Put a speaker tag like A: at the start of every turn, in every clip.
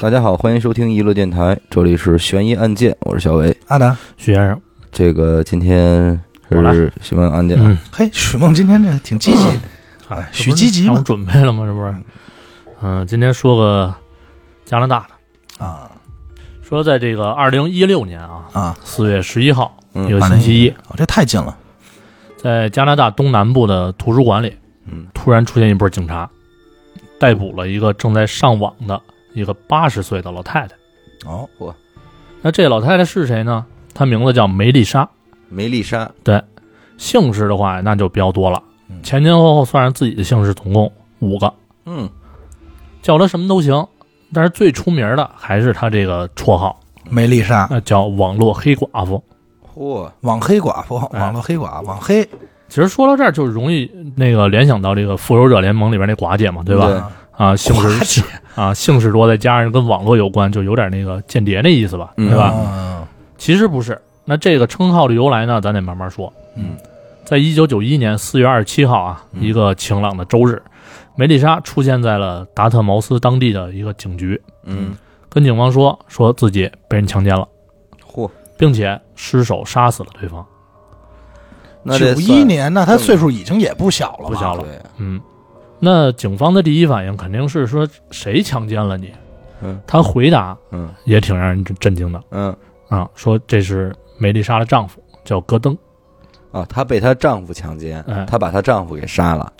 A: 大家好，欢迎收听娱乐电台，这里是悬疑案件，我是小伟。
B: 阿达，
C: 徐先生，
A: 这个今天
C: 我
A: 是
C: 来
A: 新闻案件，
C: 嗯，
B: 嘿，许梦今天这挺积极，
C: 哎，
B: 许积极嘛
C: 让我准备了吗？这不是，嗯，今天说个加拿大的，
B: 啊
C: 说在这个二零一六年啊，
B: 啊，
C: 四月十一号，
A: 嗯
C: 一个星期一，
B: 哦，这太近了，
C: 在加拿大东南部的图书馆里，
A: 嗯
C: 突然出现一波警察，逮捕了一个正在上网的一个八十岁的老太太。
B: 哦，
C: 那这老太太是谁呢？她名字叫梅丽莎，
A: 梅丽莎，
C: 姓氏的话那就比较多了
B: 嗯，
C: 前前后后算上自己的姓氏，总共五个。
A: 嗯，
C: 叫他什么都行，但是最出名的还是他这个绰号，
B: 梅丽莎，
C: 那叫网络黑寡妇。
A: 嚯，
B: 网黑寡妇，
C: 哎
B: 网络黑寡，网黑，
C: 其实说到这儿，就容易那个联想到这个《复仇者联盟》里边那寡姐嘛，对吧？
A: 对
B: 啊
C: 啊，姓
B: 寡
C: 氏
B: 姐
C: 啊，姓氏多，再加上跟网络有关，就有点那个间谍那意思吧，
A: 嗯
C: 对吧？
B: 哦
C: 其实不是。那这个称号的由来呢，咱得慢慢说。
B: 嗯，
C: 在一九九一年四月二十七号啊，
A: 嗯
C: 一个晴朗的周日，梅丽莎出现在了达特茅斯当地的一个警局，
A: 嗯，
C: 跟警方说说自己被人强奸了，
A: 嚯，
C: 并且失手杀死了对方。
A: 那
B: 九
A: 这
B: 一
A: 算啊
B: 年，那他岁数已经也不小了吧，
C: 不小了
A: 对，
C: 嗯，那警方的第一反应肯定是说谁强奸了你？
A: 嗯
C: 他回答
A: 嗯
C: 也挺让人震惊的
A: 嗯
C: 啊，说这是梅丽莎的丈夫叫戈登。
A: 啊，她被她丈夫强奸
C: 哎，
A: 她把她丈夫给杀了，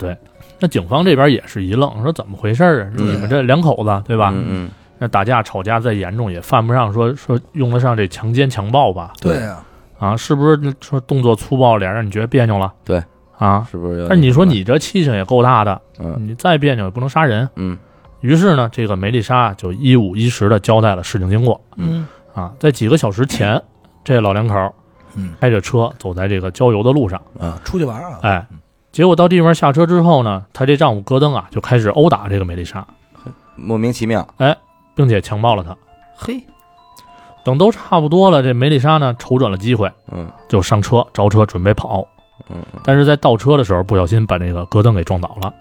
C: 那警方这边也是一愣，说怎么回事儿啊？说
A: 嗯
C: 你们这两口子对吧？
A: 嗯
C: 那打架吵架再严重也犯不上说说用得上这强奸强暴吧？
B: 对啊，
C: 啊，是不是说动作粗暴点儿让你觉得别扭了？
A: 对嗯，
C: 啊，
A: 是不是有点？
C: 但是你说你这气性也够大的，
A: 嗯
C: 你再别扭也不能杀人。
A: 嗯
C: 于是呢，这个梅丽莎就一五一十的交代了事情经过
B: 嗯
C: 啊，在几个小时前，这老两口儿
B: 嗯
C: 开着车走在这个郊游的路上，
B: 啊，出去玩啊，
C: 哎，结果到地方下车之后呢，她这丈夫戈登啊就开始殴打这个梅丽莎，
A: 莫名其妙，
C: 并且强暴了她。
A: 嘿，
C: 等都差不多了，这梅丽莎呢瞅准了机会
A: 嗯
C: 就上车着车准备跑，
A: 嗯
C: 但是在倒车的时候不小心把这个戈登给撞倒了，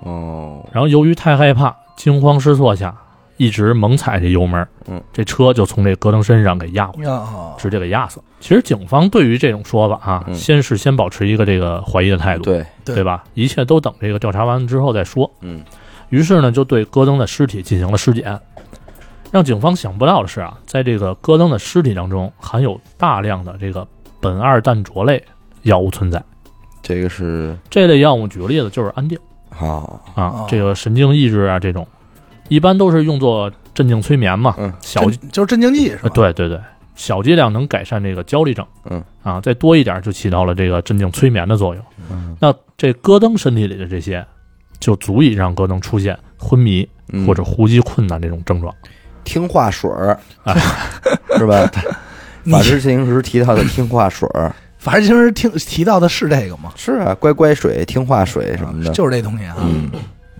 A: 哦，
C: 然后由于太害怕，惊慌失措下一直猛踩这油门，
A: 嗯，
C: 这车就从这戈登身上给压过去了。
B: 啊，
C: 直接给压死。其实警方对于这种说法啊，
A: 嗯
C: 先是先保持一个这个怀疑的态度，
A: 对，
B: 对
C: 吧？一切都等这个调查完了之后再说。
A: 嗯
C: 于是呢，就对戈登的尸体进行了尸检。让警方想不到的是啊，在这个戈登的尸体当中含有大量的这个苯二氮卓类药物存在。
A: 这个是
C: 这类药物，举个例子就是安定
A: 好，
C: 啊，
B: 哦
C: 这个神经抑制啊这种，一般都是用作镇静催眠嘛，
A: 嗯
C: 小
B: 真就是镇静剂是吧
C: 呃，？，对对对，小剂量能改善这个焦虑症，
A: 嗯
C: 啊，再多一点就起到了这个镇静催眠的作用。
A: 嗯
C: 那这戈登身体里的这些，就足以让戈登出现昏迷
A: 嗯
C: 或者呼吸困难这种症状。
A: 听话水儿
C: 啊，
A: 是吧？
B: 你
A: 法制进行时提到的听话水儿，
B: 反正就是听提到的是这个嘛，
A: 是啊，乖乖水、听话水什么的，
B: 就是这东西啊，
A: 嗯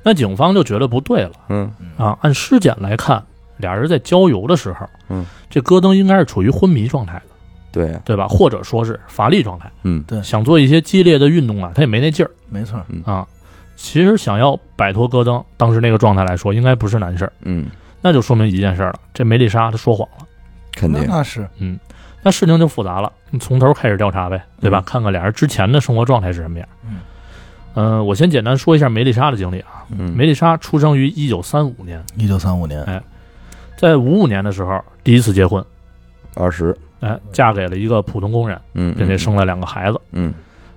C: 那警方就觉得不对了
A: 嗯
C: 啊，按尸检来看，俩人在郊游的时候，
A: 嗯，
C: 这戈登应该是处于昏迷状态的，
A: 对啊，
C: 对吧？或者说是乏力状态，
A: 嗯
B: 对，
C: 想做一些激烈的运动啊，他也没那劲儿
B: 没错，
C: 啊。其实想要摆脱戈登当时那个状态来说，应该不是难事儿。
A: 嗯，
C: 那就说明一件事儿了，这梅丽莎她说谎了。
A: 肯
B: 那
A: 定
B: 那是
C: 那事情就复杂了，你从头开始调查呗，对吧？
A: 嗯
C: 看看俩人之前的生活状态是什么样。
B: 嗯，
C: 呃，我先简单说一下梅丽莎的经历啊。
A: 嗯
C: 梅丽莎出生于一九三五年，
B: 一九三五年，
C: 在五五年的时候第一次结婚，
A: 二十，
C: 哎，嫁给了一个普通工人，
A: 嗯，
C: 并且生了两个孩子。
A: 嗯，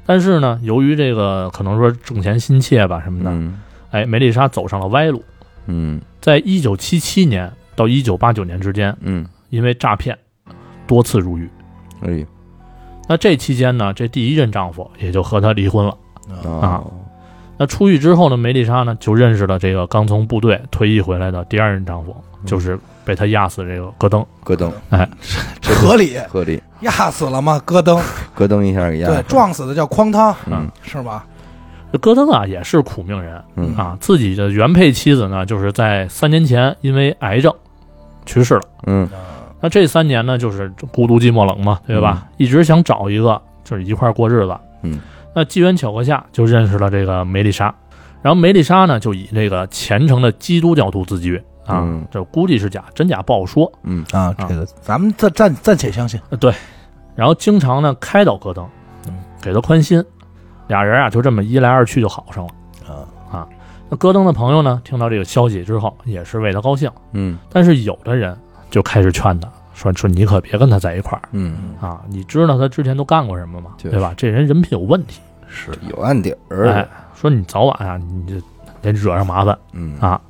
C: 但是呢，由于这个可能说挣钱心切吧什么的，
A: 嗯
C: 哎，梅丽莎走上了歪路。
A: 嗯
C: 在一九七七年到一九八九年之间，
A: 嗯，
C: 因为诈骗多次入狱。
A: 哎呦
C: 那这期间呢，这第一任丈夫也就和她离婚了。啊
A: 哦
C: 那出狱之后呢，梅丽莎呢就认识了这个刚从部队退役回来的第二任丈夫，
A: 嗯
C: 就是被他压死的这个戈登。
A: 咯噔，
B: 合理，
A: 合理，
B: 压死了吗？戈登，
A: 咯噔一下给压
B: 对，
A: 了，
B: 撞死的叫匡汤
A: 嗯
B: 是吧？
C: 这戈登啊也是苦命人
A: 嗯
C: 啊，自己的原配妻子呢就是在三年前因为癌症去世了。
A: 嗯
C: 那这三年呢就是孤独寂寞冷嘛，对吧？一直想找一个就是一块儿过日子。
A: 嗯，
C: 那机缘巧合下就认识了这个梅丽莎，然后梅丽莎呢就以这个虔诚的基督教徒自居啊，
A: 嗯
C: 这估计是假，真假不好说。
A: 嗯
B: 啊，这个咱们暂暂暂且相信，
C: 呃对，然后经常呢开导戈登
B: 嗯，
C: 给他宽心，俩人啊就这么一来二去就好上了。
B: 啊
C: 那戈登的朋友呢，听到这个消息之后，也是为他高兴，
A: 嗯
C: 但是有的人就开始劝他说：“说你可别跟他在一块儿
A: 嗯，
C: 啊，你知道他之前都干过什么吗？
A: 就是
C: 对吧？这人人品有问题，
B: 是
A: 有案底
C: 哎
A: 儿，，
C: 说你早晚啊，你这得惹上麻烦。”
A: 嗯
C: 啊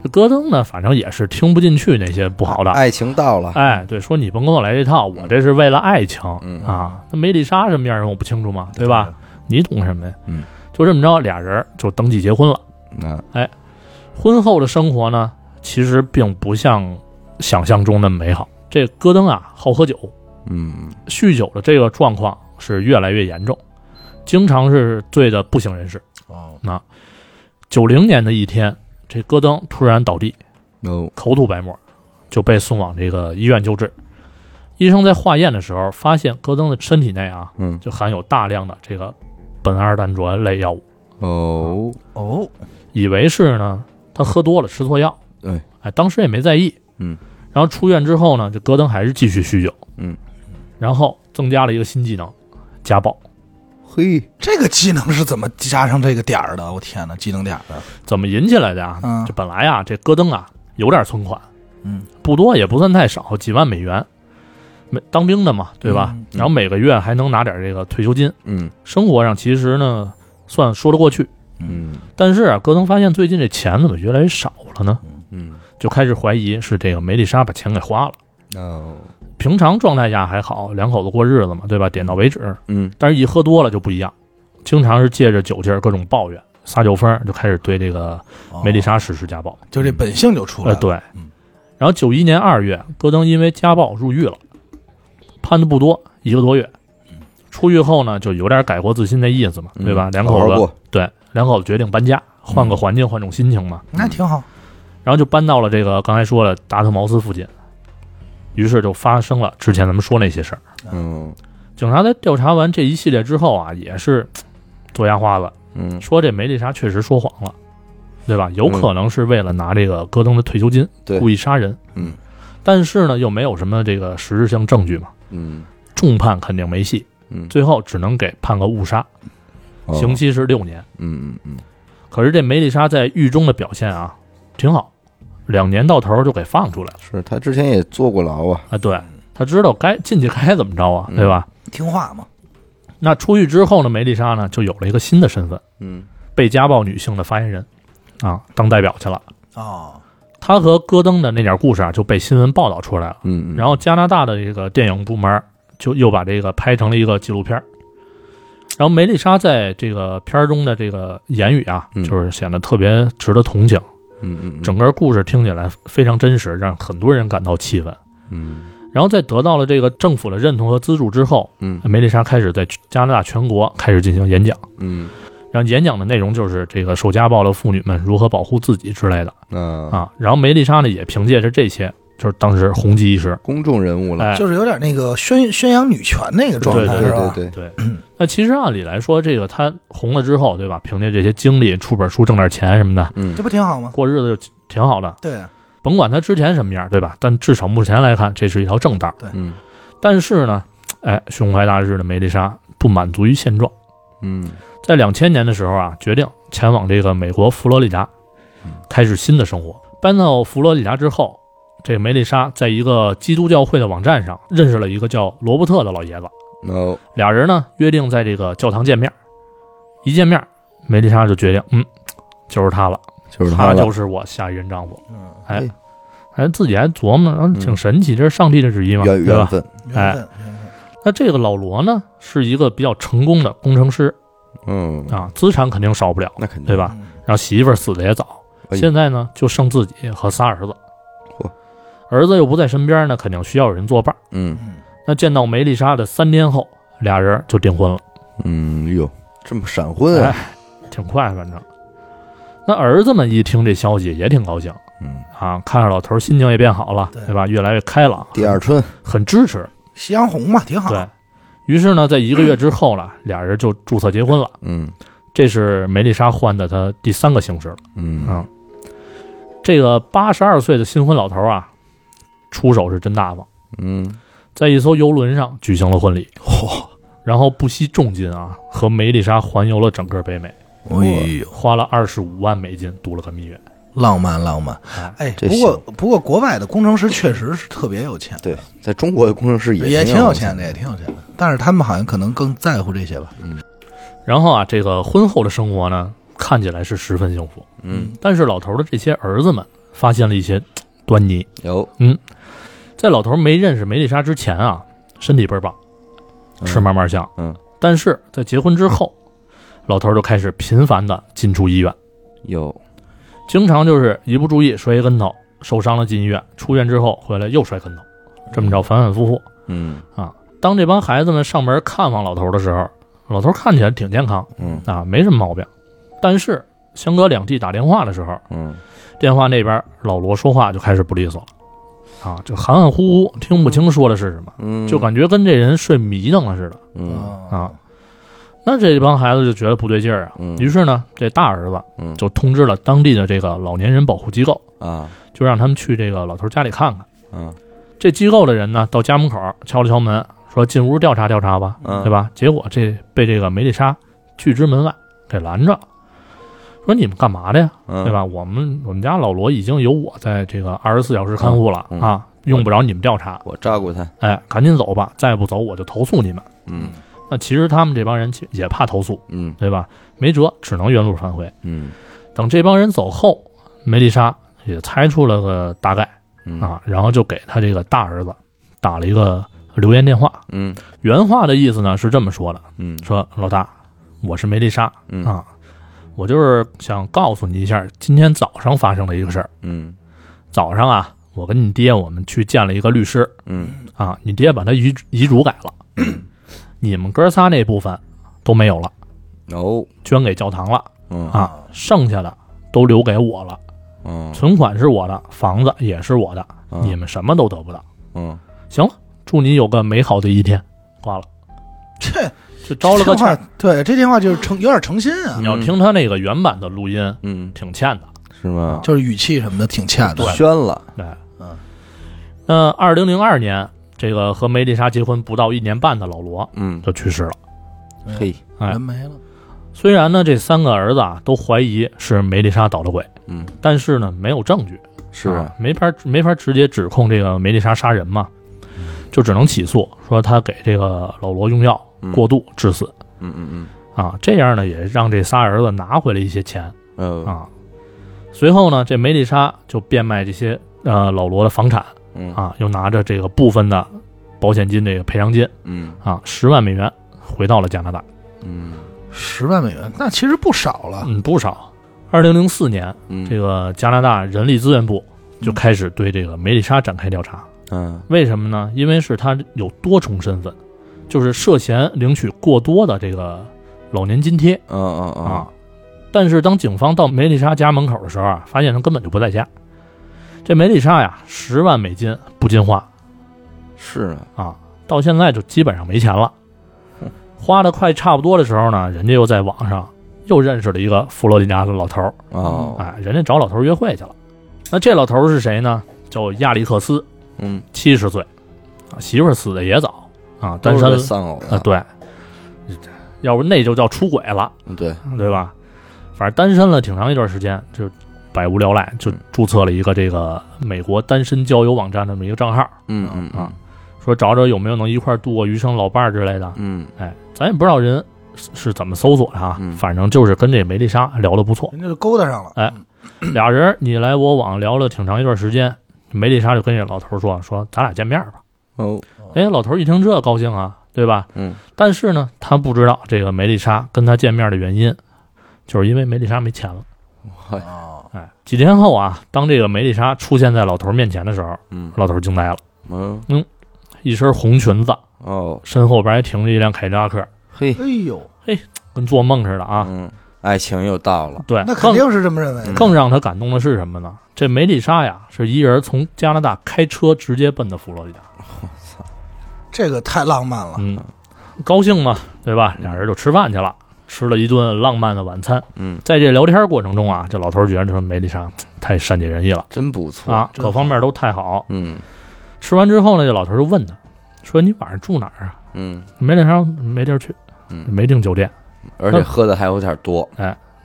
C: 这戈登呢，反正也是听不进去那些不好的，
A: 爱情到了，
C: 哎，对，说你甭跟我来这套，我这是为了爱情、
A: 嗯
C: 啊。那梅丽莎什么样儿我不清楚嘛，对吧？？你懂什么呀？
A: 嗯，
C: 就这么着，俩人就登记结婚了。
A: 那
C: 婚后的生活呢，其实并不像想象中那么美好。这戈登啊，好喝酒，
A: 嗯
C: 酗酒的这个状况是越来越严重，经常是醉得不省人事。
B: 哦，
C: 九零年的一天，这戈登突然倒地，
A: 哦
C: 口吐白沫，就被送往这个医院救治。医生在化验的时候发现戈登的身体内啊，
A: 嗯
C: 就含有大量的这个苯二氮卓胺类药物，
A: 哦
B: 哦，
C: 以为是呢他喝多了吃错药，
A: 哎
C: 哎，当时也没在意，
A: 嗯。
C: 然后出院之后呢，这戈登还是继续酗酒，
A: 嗯，
C: 然后增加了一个新技能，家暴。
A: 嘿，
B: 这个技能是怎么加上这个点儿的？我天哪，技能点儿的，
C: 怎么引起来的啊？
B: 嗯
C: 这本来啊，这戈登啊有点存款，
B: 嗯，
C: 不多也不算太少，几万美元，每当兵的嘛，对吧？
B: 嗯
C: 然后每个月还能拿点这个退休金，
A: 嗯
C: 生活上其实呢算说得过去。
A: 嗯
C: 但是啊，戈登发现最近这钱怎么越来越少了呢？
A: 嗯
C: 就开始怀疑是这个梅丽莎把钱给花了。
A: 哦
C: 平常状态下还好，两口子过日子嘛，对吧？点到为止。
A: 嗯
C: 但是，一喝多了就不一样，经常是借着酒劲儿各种抱怨、撒酒疯儿，就开始对这个
B: 哦
C: 梅丽莎实施家暴。
B: 就这本性就出来
C: 呃，
B: 了，
C: 对
B: 嗯。
C: 然后九一年二月，戈登因为家暴入狱了，判的不多，一个多月。出狱后呢，就有点改过自新的意思嘛，对吧？
A: 嗯
C: 两
A: 好
C: 口
A: 好
C: 子
A: 过
C: 对两口子决定搬家，换个环境，换种心情嘛。
B: 那挺好。
C: 然后就搬到了这个刚才说了达特茅斯附近，于是就发生了之前咱们说那些事儿。
A: 嗯
C: 警察在调查完这一系列之后啊，也是做牙花子，
A: 嗯
C: 说这梅丽莎确实说谎了，对吧？有可能是为了拿这个戈登的退休金，
A: 对
C: 故意杀人。
A: 嗯，
C: 但是呢，又没有什么这个实质性证据嘛，
A: 嗯
C: 重判肯定没戏，
A: 嗯
C: 最后只能给判个误杀，
A: 哦
C: 刑期是六年。
A: 嗯嗯嗯
C: 可是这梅丽莎在狱中的表现啊，挺好，两年到头就给放出来了
A: 是他之前也坐过牢啊，
C: 啊。对，她知道该进去该怎么着啊，
A: 嗯
C: 对吧？
B: 听话嘛，
C: 那出狱之后呢，梅丽莎呢就有了一个新的身份，
A: 嗯
C: 被家暴女性的发言人啊，当代表去了。
B: 哦，
C: 她和戈登的那点故事啊，就被新闻报道出来了。
A: 嗯嗯
C: 然后加拿大的这个电影部门儿就又把这个拍成了一个纪录片儿。然后梅丽莎在这个片儿中的这个言语啊，
A: 嗯
C: 就是显得特别值得同情。
A: 嗯嗯嗯
C: 整个故事听起来非常真实，让很多人感到气愤。
A: 嗯
C: 然后在得到了这个政府的认同和资助之后，
A: 嗯
C: 梅丽莎开始在加拿大全国开始进行演讲。
A: 嗯
C: 然后演讲的内容就是这个受家暴的妇女们如何保护自己之类的
A: 啊
C: 啊。然后梅丽莎呢，也凭借着这些，就是当时红极一时。
A: 公众人物了，
C: 哎，
B: 就是有点那个宣宣扬女权那个状
A: 对
B: 态，
A: 对
B: 是嗯吧？
A: 对对，
C: 对，那其实按理来说，这个他红了之后，对吧？凭借这些经历，出本书挣点钱什么的，
A: 嗯
B: 这不挺好吗？
C: 过日子就挺好的。
B: 对，
C: 甭管他之前什么样，对吧？但至少目前来看，这是一条正道。
A: 嗯
C: 但是呢，哎，胸怀大志的梅丽莎不满足于现状，
A: 嗯
C: 在两千年的时候啊，决定前往这个美国佛罗里达
A: 嗯，
C: 开始新的生活。搬到佛罗里达之后，这个梅丽莎在一个基督教会的网站上认识了一个叫罗伯特的老爷子。
A: 哦
C: 俩人呢约定在这个教堂见面。一见面，梅丽莎就决定，嗯，就是他了，
A: 就是
C: 他
A: 嗯了，
C: 就是我下一任丈夫。
B: 嗯，
C: 哎
A: 哎，
C: 还自己还琢磨，啊挺神奇，这是上帝的旨意嘛，
A: 缘
C: 对
A: 缘
C: 吧？
A: 分，
B: 缘分，缘分
C: 那这个老罗呢，是一个比较成功的工程师
A: 嗯，
C: 啊，资产肯定少不了，
A: 那肯定
C: 对吧？
B: 嗯
C: 然后媳妇儿死的也早，
A: 哎
C: 现在呢就剩自己和仨儿子
A: 嚯，
C: 儿子又不在身边呢，肯定需要有人作伴儿。
A: 嗯
B: 嗯，
C: 那见到梅丽莎的三天后，俩人就订婚了。
A: 嗯哟，这么闪婚啊，
C: 哎，挺快，反正。那儿子们一听这消息也挺高兴
A: 嗯，
C: 啊，看着老头儿心情也变好了，
B: 对
C: 对吧？越来越开朗，
A: 第二春，
C: 很支持。
B: 夕阳红嘛，挺好。
C: 对于是呢，在一个月之后了，俩人就注册结婚了。
A: 嗯
C: 这是梅丽莎换的她第三个姓氏了。
A: 嗯
C: 啊这个八十二岁的新婚老头啊，出手是真大方，
A: 嗯，
C: 在一艘游轮上举行了婚礼，
B: 嚯，
C: 然后不惜重金啊，和梅丽莎环游了整个北美，
B: 哎呦，
C: 花了二十五万美金度了个蜜月。
B: 浪漫浪漫
C: 哎。
B: 哎，
A: 这
B: 不过不过国外的工程师确实是特别有钱，
A: 对，在中国的工程师
B: 也挺
A: 有
B: 有钱的，也挺有钱的，但是他们好像可能更在乎这些吧。
C: 然后啊，这个婚后的生活呢，看起来是十分幸福，
A: 嗯，
C: 但是老头儿的这些儿子们发现了一些嘖端倪。
A: 有
C: 在老头儿没认识梅丽莎之前啊，身体倍儿棒，吃嘛嘛香。
A: 嗯，
C: 但是在结婚之后，老头儿就开始频繁的进出医院，
A: 嗯有，
C: 经常就是一不注意摔一跟头，受伤了进医院，出院之后回来又摔跟头，这么着反反复复。
A: 嗯
C: 当这帮孩子们上门看望老头儿的时候，老头儿看起来挺健康
A: 嗯
C: 啊，没什么毛病。但是相隔两地打电话的时候，
A: 嗯，
C: 电话那边老罗说话就开始不利索了，啊，就含含糊糊，听不清说的是什么，
A: 嗯，
C: 就感觉跟这人睡迷瞪了似的。
B: 哦
A: 嗯
C: 啊，那这帮孩子就觉得不对劲儿啊，
A: 嗯
C: 于是呢，这大儿子
A: 嗯
C: 就通知了当地的这个老年人保护机构，
A: 啊
C: 就让他们去这个老头家里看看。
A: 嗯
C: 这机构的人呢，到家门口敲了敲门，说进屋调查调查吧，
A: 嗯
C: 对吧？结果这被这个梅丽莎拒之门外，给拦着了，说你们干嘛的呀？
A: 嗯，
C: 对？吧？我们我们家老罗已经有我在这个二十四小时看护了、
A: 嗯嗯
C: 啊，用不着你们调查。
A: 我照顾他，
C: 哎，赶紧走吧，再不走我就投诉你们。
A: 嗯
C: 那其实他们这帮人其也怕投诉，
A: 嗯
C: 对吧？没辙，只能原路返回。
A: 嗯
C: 等这帮人走后，梅丽莎也猜出了个大概
A: 嗯
C: 啊，然后就给他这个大儿子打了一个留言电话。
A: 嗯
C: 原话的意思呢是这么说的：
A: 嗯
C: 说老大，我是梅丽莎
A: 嗯
C: 啊，我就是想告诉你一下，今天早上发生的一个事儿。
A: 嗯
C: 早上啊，我跟你爹我们去见了一个律师
A: 嗯
C: 啊，你爹把他遗遗嘱改 了，你们哥仨那部分都没有了，
A: 有
C: 捐给教堂了
A: 哦嗯
C: 啊，剩下的都留给我了，
B: 啊
A: 嗯
C: 存款是我的，房子也是我的，你们什么都得不到。
A: 嗯
C: 行了，祝你有个美好的一天。挂了，
B: 这
C: 就招了个
B: 这话嗯
C: 欠。
B: 对，这电话就是诚有点诚心啊
C: 你，要听他那个原版的录音，
A: 嗯
C: 挺欠的。
A: 是
C: 嗯
A: 吗？
B: 就是语气什么的挺欠的。
A: 宣了，
C: 对，
B: 嗯。
C: 那二零零二年，这个和梅丽莎结婚不到一年半的老罗
A: 嗯
C: 就去世了。
A: 嘿，
C: 哎
B: 人没了，
C: 虽然呢，这三个儿子啊都怀疑是梅丽莎捣的鬼，
A: 嗯
C: 但是呢，没有证据，
A: 是
C: 啊，没法没法直接指控这个梅丽莎杀人嘛，就只能起诉说他给这个老罗用药
A: 嗯
C: 过度致死
A: 嗯嗯
C: 啊，这样呢也让这仨儿子拿回了一些钱
A: 嗯呃
C: 啊。随后呢，这梅丽莎就变卖这些呃老罗的房产
A: 嗯
C: 啊，又拿着这个部分的保险金这个赔偿金
A: 嗯
C: 啊十万美元回到了加拿大，
A: 嗯
B: 十万美元，那其实不少了。
C: 嗯，不少。二零零四年，
A: 啊嗯
C: 这个加拿大人力资源部就开始对这个梅丽莎展开调查。
A: 嗯
C: 为什么呢？因为是她有多重身份，就是涉嫌领取过多的这个老年津贴
A: 嗯嗯
C: 啊。但是当警方到梅丽莎家门口的时候啊，发现她根本就不在家。这梅丽莎呀，十万美金不禁花
A: 是啊，
C: 啊，到现在就基本上没钱了
A: 哼。
C: 花的快差不多的时候呢，人家又在网上又认识了一个佛罗里达的老头儿，
A: 哦，
C: 哎，人家找老头儿约会去了。那这老头儿是谁呢？叫亚历克斯，
A: 嗯，
C: 七十岁，啊，媳妇儿死的也早啊，单身
A: 都是这丧偶
C: 啊，
A: 的，
C: 对，要不那就叫出轨了，
A: 对，
C: 对吧？反正单身了挺长一段时间，就百无聊赖，就
A: 嗯
C: 注册了一个这个美国单身交友网站这么一个账号，
A: 嗯嗯
C: 啊，说找找有没有能一块儿度过余生老伴儿之类的。
A: 嗯
C: 哎，咱也不知道人是是怎么搜索的啊，
A: 嗯
C: 反正就是跟这梅丽莎聊得 不错，
B: 人家就勾搭上了。嗯
C: 哎俩人你来我往聊了挺长一段时间，梅丽莎就跟这老头说说咱俩见面吧。
A: 哦，
C: 哎，老头一听这高兴啊，对吧？
A: 嗯
C: 但是呢，他不知道这个梅丽莎跟他见面的原因，就是因为梅丽莎没钱了。
A: 嗨，
B: 啊，
C: 哎，几天后啊，当这个梅丽莎出现在老头面前的时候，
A: 嗯
C: 老头惊呆了，
A: 嗯
C: 一身红裙子，
A: 哦，
C: 身后边还停着一辆凯迪拉克，
A: 嘿，
B: 哎呦，
C: 跟做梦似的啊。
A: 嗯，爱情又到了，
C: 对，
B: 那肯
C: 哎更嗯
B: 定是这么认为
A: 嗯
B: 的。
C: 更让他感动的是什么呢？这梅丽莎呀，是一人从加拿大开车直接奔的佛罗里达。
B: 这个太浪漫了。
C: 嗯，高兴嘛，对吧？
A: 嗯
C: 俩人就吃饭去了，吃了一顿浪漫的晚餐。
A: 嗯
C: 在这聊天过程中啊，这老头儿觉得说梅丽莎太善解人意了
A: 真不错
C: 啊，
B: 真
C: 各方面都太好。
A: 嗯
C: 吃完之后呢，这老头儿就问他，说你晚上住哪儿啊？
A: 嗯
C: 没地方，没地儿去，
A: 嗯，
C: 没订酒店。
A: 而且喝的还有点多，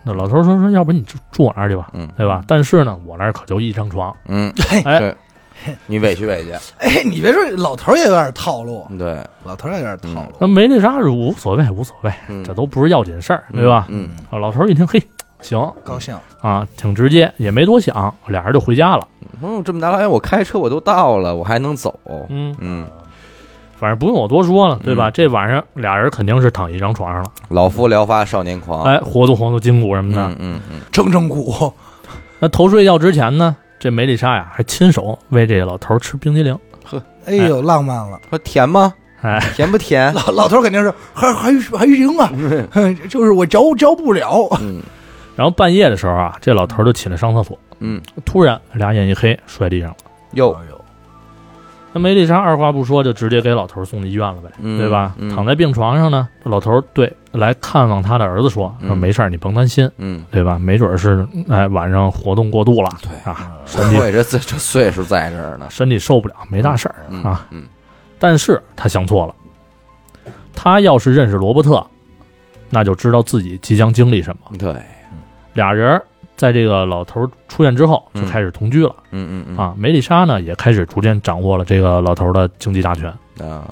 C: 那老头儿说说，要不你住住我那儿去吧，
A: 嗯
C: 对吧？但是呢，我那儿可就一张床，
A: 嗯，
B: 嘿，
C: 哎
A: 是，你委屈委屈，
B: 哎，你别说，老头儿也有点套路，
C: 嗯
A: 对，
B: 老头儿也有点套
C: 那
B: 路。
C: 没那啥无所谓，无所谓，
A: 嗯
C: 这都不是要紧事儿，对吧？
A: 嗯，
C: 啊老头儿一听，嘿，行
B: 高兴，
C: 啊，挺直接，也没多想，俩人就回家了。
A: 哦，这么大老远，我开车我都到了，我还能走，
C: 嗯，
A: 嗯，
C: 反正不用我多说了，对吧？这晚上俩人肯定是躺一张床上了，
A: 老夫聊发少年狂，
C: 哎，活动活动筋骨什么的。
A: 哦嗯嗯嗯，
B: 铮铮骨，
C: 那头睡觉之前呢，这梅丽莎呀还亲手喂这老头儿吃冰激凌，嗯
B: 哎呦，浪漫了。
A: 说甜吗？
C: 哎，
A: 甜不甜？
B: 老老头儿肯定是还还还行啊，哼 就是我嚼嚼不了。
A: 嗯
C: 然后半夜的时候啊，这老头儿就起来上厕所，
A: 嗯，
C: 突然俩眼一黑摔地上了。
A: 哟，
B: 哎呦，
C: 那梅丽莎二话不说就直接给老头儿送进医院了呗，
A: 嗯
C: 对吧？
A: 嗯
C: 躺在病床上呢，老头儿对来看望他的儿子说：“
A: 嗯
C: 说没事儿，你甭担心，
A: 嗯，
C: 对吧？没准儿是哎晚上活动过度了，
A: 对
C: 啊，身体
A: 对，这这这岁数在这儿呢，
C: 身体受不了，没大事儿。
A: 嗯
C: 啊
A: 嗯，
C: 但是他想错了，他要是认识罗伯特，那就知道自己即将经历什么。
A: 对，
C: 俩人儿在这个老头儿出现之后就
A: 嗯
C: 开始同居了、
A: 嗯嗯嗯
C: 啊。梅丽莎呢也开始逐渐掌握了这个老头儿的经济大权。
A: 啊，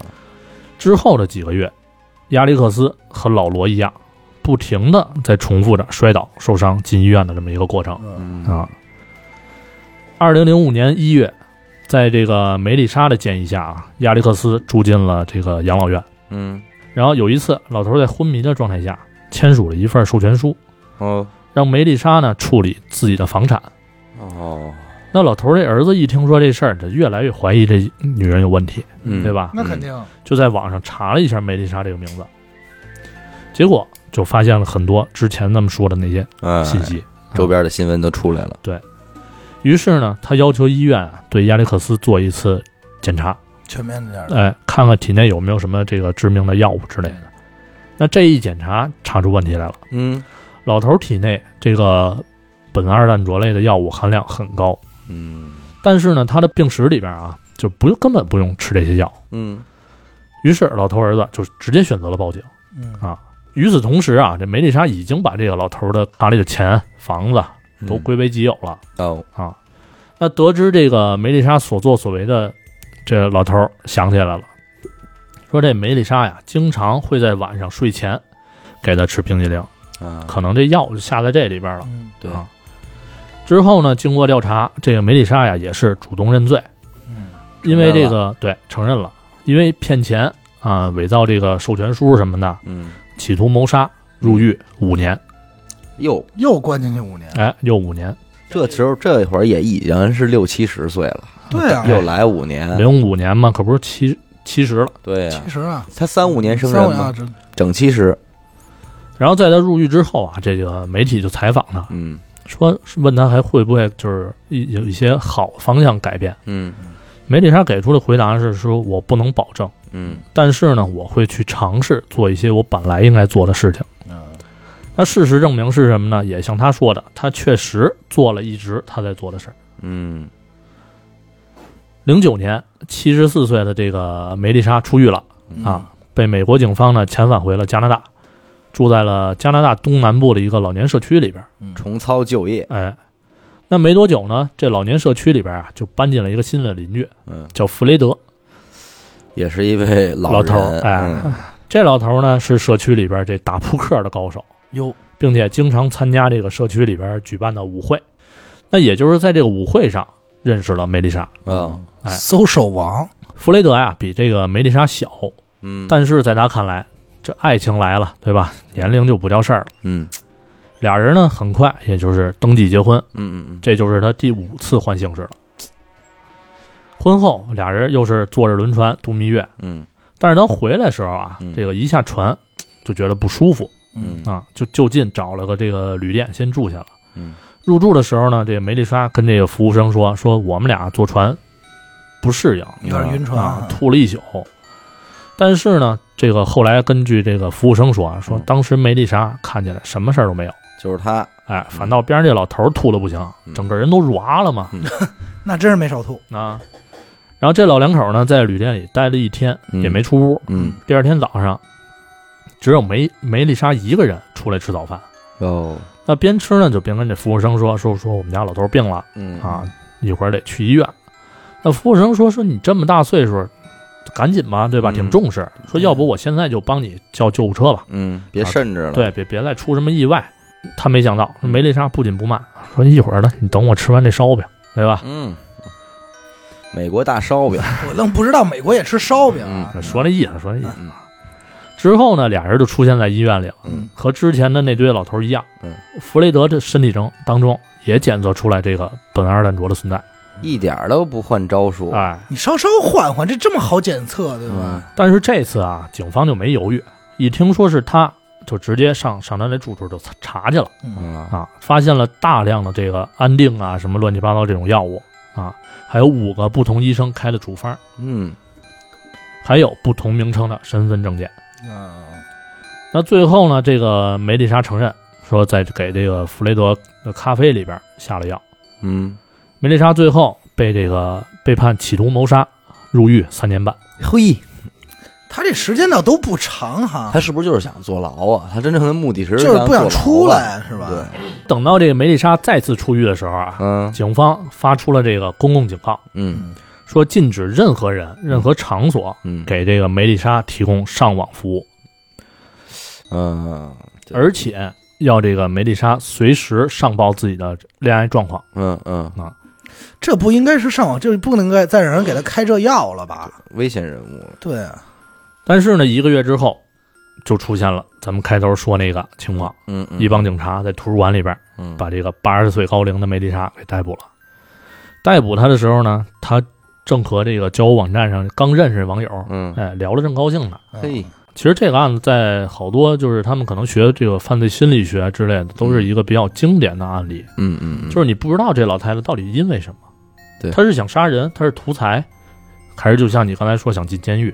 C: 之后的几个月，亚历克斯和老罗一样，不停的在重复着摔倒、受伤、进医院的这么一个过程
B: 嗯
A: 嗯
C: 啊。二零零五年一月，在这个梅丽莎的建议下啊，亚历克斯住进了这个养老院。
A: 嗯
C: 然后有一次，老头在昏迷的状态下签署了一份授权书，
A: 哦
C: 让梅丽莎呢处理自己的房产。
A: 哦，
C: 那老头这儿子一听说这事儿，就越来越怀疑这女人有问题，
A: 嗯，
C: 对？吧？
B: 那肯定，
C: 就在网上查了一下梅丽莎这个名字，结果就发现了很多之前那么说的那些
A: 嗯，
C: 信息。
A: 周边的新闻都出来了，
C: 于是呢，他要求医院啊对亚历克斯做一次检查，
B: 全面点儿。
C: 哎，看看体内有没有什么这个致命的药物之类的。那这一检查查出问题来了，
A: 嗯
C: 老头体内这个苯二氮卓类的药物含量很高，
A: 嗯
C: 但是呢，他的病史里边啊就不用根本不用吃这些药。
A: 嗯
C: 于是老头儿子就直接选择了报警。
B: 嗯
C: 啊与此同时啊，这梅丽莎已经把这个老头儿的卡里的钱、房子都归为己有了。
A: 嗯哦，
C: 那得知这个梅丽莎所作所为的，这老头儿想起来了，说这梅丽莎呀，经常会在晚上睡前给他吃冰激凌，
A: 啊，
C: 可能这药就下在这里边了。
B: 嗯
A: 对，
C: 啊之后呢，经过调查，这个梅丽莎呀也是主动认罪，
B: 嗯，
C: 因为这个对承认了，因为骗钱啊、伪造这个授权书什么的，
A: 嗯，
C: 企图谋杀入狱五年，
A: 哟，
B: 又关进去五年。
C: 哎，又五年，
A: 这时候这会儿也已经是六七十岁了，
B: 对
C: 哎
B: 啊，
A: 又来五年，
C: 零五年嘛，可不是七七十了。
A: 对哎呀
B: 其，实啊，
A: 才三五年生
B: 三
A: 人
B: 五年
A: 嘛嗯
B: 啊，，这
A: 整七十，
C: 啊然后在他入狱之后啊，这个媒体就采访他，
A: 嗯
C: 说问他还会不会就是一有一些好方向改变。
A: 嗯
C: 梅丽莎给出的回答是说，我不能保证，
A: 嗯
C: 但是呢，我会去尝试做一些我本来应该做的事情。
B: 嗯
C: 那事实证明是什么呢？也像他说的，他确实做了一直他在做的事儿。
A: 嗯
C: 零九年，七十四岁的这个梅丽莎出狱了。
A: 嗯
C: 啊，被美国警方呢遣返回了加拿大，住在了加拿大东南部的一个老年社区里边。
B: 嗯
A: 重操旧业，
C: 哎，那没多久呢，这老年社区里边啊，就搬进了一个新的邻居，
A: 嗯，
C: 叫弗雷德。
A: 也是一位
C: 老
A: 老
C: 头儿
A: 人
C: 哎
A: 嗯
C: 这老头呢是社区里边这打扑克的高手，
B: 哟，
A: 啊
C: 并且经常参加这个社区里边举办的舞会。那也就是在这个舞会上认识了梅丽莎。
A: 嗯
C: 哎
B: ，social 王，
C: 弗雷德呀、比这个梅丽莎小，
A: 嗯，
C: 但是在他看来，这爱情来了，对吧？年龄就不叫事儿了。
A: 嗯
C: 俩人呢，很快也就是登记结婚，
A: 嗯嗯
C: 这就是他第五次换姓氏了。婚后，俩人又是坐着轮船度蜜月，
A: 嗯
C: 但是他回来的时候啊，
A: 嗯
C: 这个一下船就觉得不舒服
A: 嗯
C: 啊，就就近找了个这个旅店先住下了。
A: 嗯
C: 入住的时候呢，这个梅丽莎跟这个服务生说：“说我们俩坐船不适应
A: 嗯
B: 有点晕船
C: 啊
B: 啊，，
C: 吐了一宿。”但是呢，这个后来根据这个服务生说啊，说
A: 嗯
C: 当时梅丽莎看起来什么事儿都没有，
A: 就是他，
C: 哎，反倒边上这老头儿吐的不行，
A: 嗯
C: 整个人都软了嘛
B: 那真是没少吐。
C: 啊。然后这老两口呢，在旅店里待了一天，
A: 嗯
C: 也没出屋。
A: 嗯，
C: 第二天早上，只有梅梅丽莎一个人出来吃早饭。
A: 哦，
C: 那边吃呢，就边跟这服务生说说说我们家老头儿病了
A: 嗯
C: 啊，，一会儿得去医院。那服务生说说你这么大岁数，赶紧吧，对吧？
A: 嗯
C: 挺重视。说要不我现在就帮你叫救护车吧，
A: 嗯，嗯别慎着了，，
C: 啊对，别别再出什么意外。他没想到梅丽莎不紧不慢说一会儿呢，你等我吃完这烧饼，对吧？
A: 嗯，美国大烧 饼，
B: 我愣不知道美国也吃烧饼啊！
A: 嗯，
C: 说那意思，说那意思。
A: 嗯
C: 之后呢，俩人就出现在医院里了，
A: 嗯
C: 和之前的那堆老头儿一样
A: 嗯。
C: 弗雷德这身体中当中也检测出来这个苯二氮卓的存在，
A: 一点儿都不换招数，
C: 哎，
B: 你稍稍换换，这这么好检测，对吧？
C: 但是这次啊，警方就没犹豫，一听说是他，就直接上上他那住处就查去了
B: 嗯，
A: 嗯
C: 啊，发现了大量的这个安定啊，什么乱七八糟这种药物啊，还有五个不同医生开的处方，
A: 嗯
C: 还有不同名称的身份证件。
A: 嗯
B: 啊，
C: 那最后呢，这个梅丽莎承认说，在给这个弗雷德的咖啡里边下了药。
A: 嗯，
C: 梅丽莎最后被这个被判企图谋杀，入狱三年半。
A: 嘿，
B: 他这时间倒都不长哈，
A: 他是不是就是想坐牢啊？他真正的目的是
B: 就是不想出
A: 坐牢啊，
B: 来是吧？
A: 对，
C: 等到这个梅丽莎再次出狱的时候啊，
A: 嗯
C: 警方发出了这个公共警告。
A: 嗯
C: 说禁止任何人、任何场所
A: 嗯，
C: 给这个梅丽莎提供上网服务，
A: 嗯对
C: 而且要这个梅丽莎随时上报自己的恋爱状况。
A: 嗯嗯，
B: 这不应该是上网，这不能该再让人给他开这药了吧？
A: 危险人物了，
B: 对，啊
C: 但是呢，一个月之后就出现了咱们开头说那个情况，
A: 嗯嗯，
C: 一帮警察在图书馆里边
A: 嗯
C: 把这个八十岁高龄的梅丽莎给逮捕了。逮捕她的时候呢，她正和这个交友网站上刚认识的网友，
A: 嗯，
C: 哎，聊得正高兴呢。
B: 啊
A: 嘿，
C: 其实这个案子在好多就是他们可能学这个犯罪心理学之类的，都是一个比较经典的案例，
A: 嗯嗯，嗯
C: 就是你不知道这老太太到底因为什么，
A: 对
C: 她是想杀人，她是图财，还是就像你刚才说想进监狱？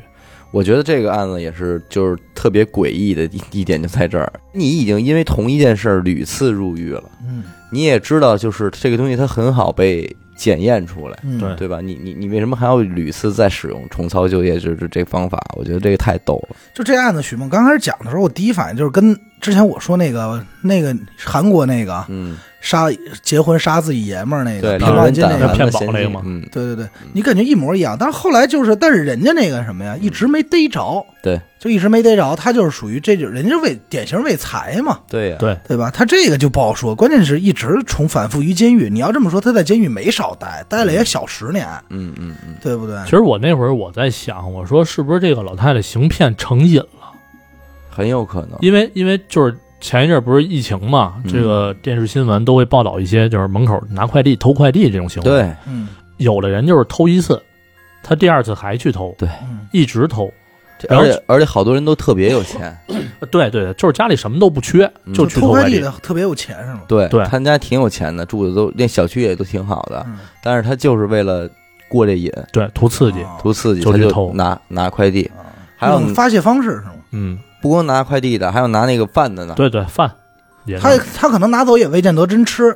A: 我觉得这个案子也是，就是特别诡异的一一点就在这儿，你已经因为同一件事儿屡次入狱了，
B: 嗯
A: 你也知道，就是这个东西它很好被检验出来，
B: 嗯，
C: 对
A: 对吧？你你你为什么还要屡次再使用重操旧业这这这方法？我觉得这个太逗了，
B: 就这案子，许梦刚开始讲的时候，我第一反应就是跟之前我说那个那个韩国那个
A: 嗯，
B: 杀结婚杀自己爷们儿那
A: 对，
B: 个
A: 令
B: 平
A: 人
B: 王金
A: 胆
B: 那
A: 寒
B: 个，
A: 的
C: 嗯骗保
A: 嫌
C: 那个
A: 疑
C: 吗
A: 嗯，
B: 对对对，你感觉一模一样。但是后来就是，但是人家那个什么呀，一直没逮着，
A: 嗯对，
B: 就一直没逮着。他就是属于这就人家为典型为财嘛，
A: 对呀，
C: 对
B: 对吧？他这个就不好说，关键是一直重反复于监狱。你要这么说，他在监狱没少待，待了也小十年，
A: 嗯嗯嗯，
B: 对不对？
C: 其实我那会儿我在想，我说是不是这个老太太行骗成瘾了？
A: 很有可能，
C: 因为因为就是前一阵儿不是疫情嘛，
A: 嗯
C: 这个电视新闻都会报道一些就是门口拿快递偷快递这种行为，，
A: 对，
B: 嗯
C: 有的人就是偷一次，他第二次还去偷，
B: 嗯，
C: 一直偷。
A: 这
C: 然后
A: 而且而且好多人都特别有钱，
C: 呃对对对，就是家里什么都不缺，
A: 嗯
C: 就去
B: 偷
C: 快
B: 快递的特别有钱是吗？
A: 对
C: 对
A: 他们家挺有钱的，住的都那小区也都挺好的，
B: 嗯，
A: 但是他就是为了过这瘾，
C: 对，图刺激。
B: 啊
A: 图刺激，
C: 哦就
A: 他
C: 去
A: 就
C: 偷哦
A: 拿拿快递，还有
B: 那种发泄方式是吗？
C: 嗯，
A: 不光拿快递的，还有拿那个饭的呢。
C: 对对，饭
A: 嗯
C: 也
B: 他他可能拿走也未见得真吃，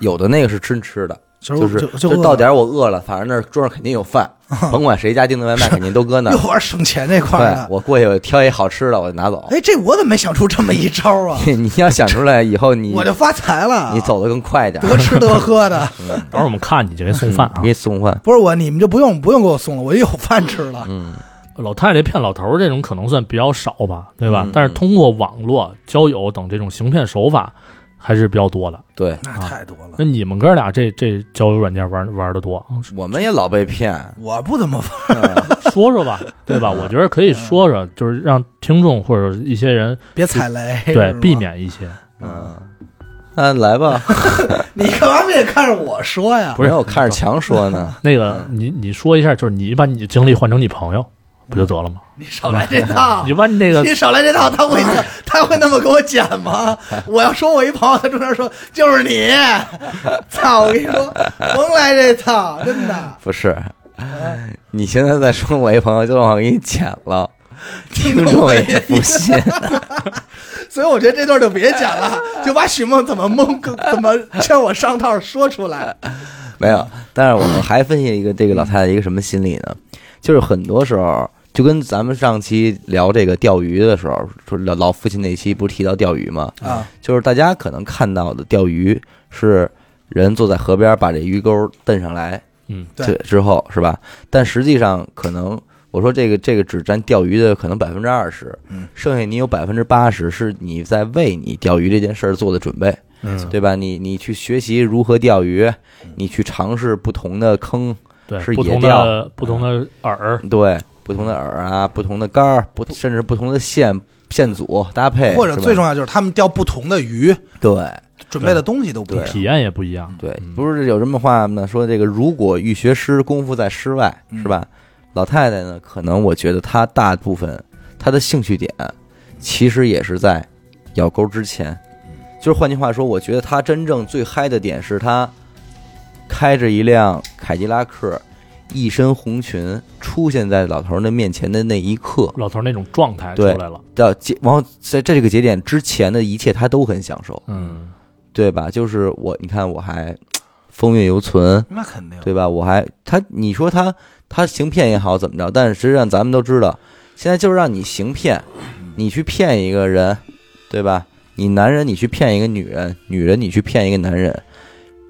A: 有的那个是真吃的，
B: 就
A: 就是
B: 就
A: 就到点儿我饿了，反正那儿桌上肯定有 饭，甭管谁家订的外卖，肯定都搁那儿
B: 又。玩省钱这块儿
A: 对，
B: 了。
A: 我过去我挑一好吃的，我就拿走。
B: 哎，这我怎么没想出这么一招啊？
A: 你 你要想出来以后，你
B: 我就发财了，
A: 你走得更快点儿，
B: 得吃得喝的，
C: 等会儿我们看你就给 送饭啊
A: 嗯给。你送饭。
B: 不是我，你们就不用不用给我送了，我就有饭吃了。
A: 嗯，
C: 老太太骗老头儿这种可能算比较少吧，对吧？
A: 嗯
C: 但是通过网络、交友等这种行骗手法还是比较多的。
A: 对，
B: 那太多了，
C: 那你们哥俩这这交友软件玩玩的多，
A: 我们也老被骗。
B: 我不怎么玩，
C: 说说吧，对吧？我觉得可以说说，就是让听众或者一些人
B: 别踩雷，
C: 对
B: 是吧
C: 避。免一些。
A: 嗯，那来 吧，
B: 你干嘛非得看着我说呀？
C: 不是
A: 没有我看着墙说呢。
C: 那个，你你说一下，就是你把你的经历换成你朋友，不就得了吗？
B: 你少来这套
C: 你。把你那个
B: 你 少来这套，他会他会那么给我剪吗？我要说我一朋友，他中间说就是你， 操！我跟你说，甭来这套，真的。
A: 哎不是，你现在再说我一朋友，就让我给你剪了。 听众也不 信。
B: 所以我觉得这段就别讲了，就把许梦怎么蒙怎么劝我上套说出来。
A: 没有，但是我们还分析一个这个老太太一个什么心理呢？就是很多时候，就跟咱们上期聊这个钓鱼的时候，说老老父亲那期不是提到钓鱼吗？
B: 啊，
A: 就是大家可能看到的钓鱼是人坐在河边把这鱼钩蹬上来，
C: 嗯，
B: 对
A: 这之后是吧？但实际上可能。我说这个这个只占钓鱼的可能百分之二十
B: 嗯，
A: 剩下你有百分之八十是你在为你钓鱼这件事儿做的准备，
C: 嗯，
A: 对吧？你你去学习如何钓鱼，
B: 嗯
A: 你去尝试不同的坑，
C: 对，
A: 是
C: 不
A: 野
C: 同
A: 钓
C: 的不同的饵，
A: 对，不同的饵啊，不同的杆儿，不甚至不同的线线组搭配，
B: 或者
A: 哎是吧
B: 最重要就是他们钓不同的鱼，
A: 对
B: 准备的东西都不一样。
C: 体验也不一样。
A: 对，不是有这么话呢？说这个如果欲学诗，功夫在诗外，
B: 嗯
A: 是吧？老太太呢，可能我觉得她大部分她的兴趣点，其实也是在咬钩之前。就是换句话说，我觉得她真正最嗨的点是她开着一辆凯迪拉克，一身红裙出现在老头儿的面前的那一刻，
C: 老头儿那种状态出
A: 对
C: 来了，
A: 到节，然后在这个节点之前的一切，他都很享受，
C: 嗯，
A: 对吧？就是我，你看我还风韵犹存，
B: 那肯定，
A: 对吧？我还他，你说他他行骗也好怎么着，但是实际上咱们都知道，现在就是让你行骗，
B: 嗯
A: 你去骗一个人，对吧？你男人你去骗一个女人，女人你去骗一个男人，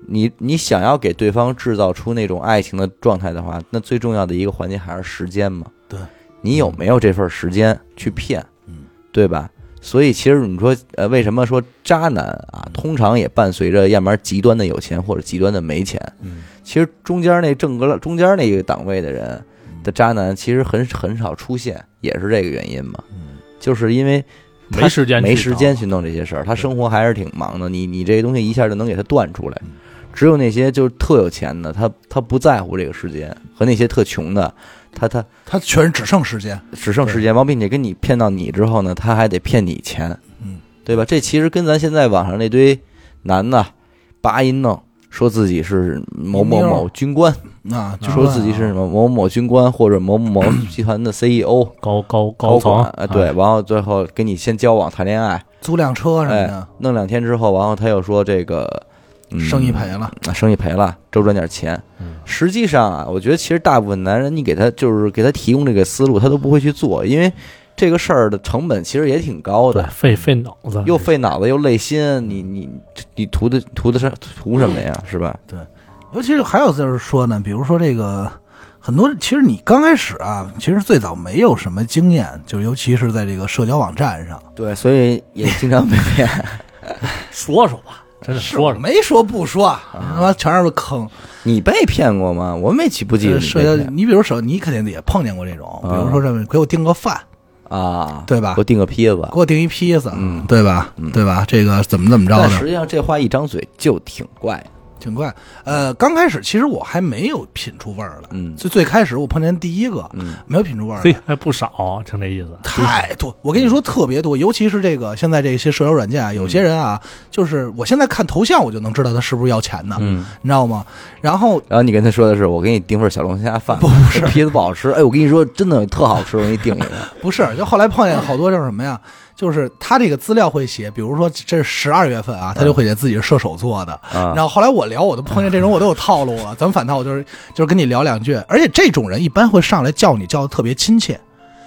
A: 你你想要给对方制造出那种爱情的状态的话，那最重要的一个环节还是时间嘛。
B: 对，
A: 你有没有这份时间去骗？
B: 嗯，
A: 对吧？所以其实你说，呃，为什么说渣男
B: 嗯
A: 啊，通常也伴随着要么极端的有钱或者极端的没钱。
B: 嗯，
A: 其实中间那正格中间那个档位的人的渣男，其实很很少出现，也是这个原因嘛。
B: 嗯，
A: 就是因为他
C: 没时间去
A: 没时间
C: 找嗯
A: 去弄这些事儿，他生活还是挺忙的。你你这东西一下就能给他断出来
B: 嗯。
A: 只有那些就是特有钱的，他他不在乎这个时间，和那些特穷的，他他
B: 他全是只剩时间。
A: 只剩时间，完并且跟你骗到你之后呢，他还得骗你钱，
B: 嗯，
A: 对吧？这其实跟咱现在网上那堆男的八音弄，说自己是某某某军官，
B: 啊，就
A: 说自己是某某某军官或者某某某集团的 CEO
C: 高高
A: 高
C: 层
A: 管，，呃对，
C: 哎，
A: 然后最后跟你先交往谈恋爱，
B: 租辆车什么
A: 哎
B: 的，，
A: 弄两天之后，然后他又说这个、嗯
B: 生意赔了。
A: 啊生意赔了，周转点钱。
C: 嗯
A: 实际上啊，我觉得其实大部分男人，你给他就是给他提供这个思路，他都不会去做，因为这个事儿的成本其实也挺高
C: 对
A: 的，，
C: 费费脑子，
A: 又费脑子又累心，你你你图的图的是图什么呀？是吧？
B: 尤其是还有就是说呢，比如说这个很多，其实你刚开始啊，其实最早没有什么经验，就尤其是在这个社交网站上，
A: 对，所以也经常被 骗。
C: 说说吧，真的说说，
B: 没说不
A: 啊
B: 说，他妈全是坑。
A: 你被骗过吗？我没记不记得
B: 这
A: 你
B: 呃社
A: 被
B: 交，
A: 骗
B: 你比如说你肯定也碰见过这种，比如说这么给我订个饭，
A: 啊，
B: 对吧
A: 给我订个披子。
B: 给我订一披萨，对吧？对吧？这个怎么怎么着
A: 但
B: 的
A: 实，际上这话一张嘴就挺怪的，
B: 挺快。呃，刚开始其实我还没有品出味儿来，
A: 嗯
B: 最最开始我碰见第一个，没有品出味儿
C: 嘿
B: 来。，
C: 还不少，听这意思，
B: 太多，我跟你说特别多，尤其是这个现在这些社交软件啊，
A: 嗯
B: 有些人啊，就是我现在看头像我就能知道他是不是要钱的，
A: 嗯，
B: 你知道吗？然后
A: 然后你跟他说的是，我给你订份小龙虾饭，不是皮子不好吃。哎，我跟你说，真的特好吃，我给你订一个。
B: 不是，就后来碰见好多就是什么呀？就是他这个资料会写，比如说这是十二月份啊，他就会写自己是射手座的。
A: 嗯啊
B: 然后后来我聊，我都碰见这种，我都有套路了。咱们反套，我就是就是跟你聊两句，而且这种人一般会上来叫你叫的特别亲切，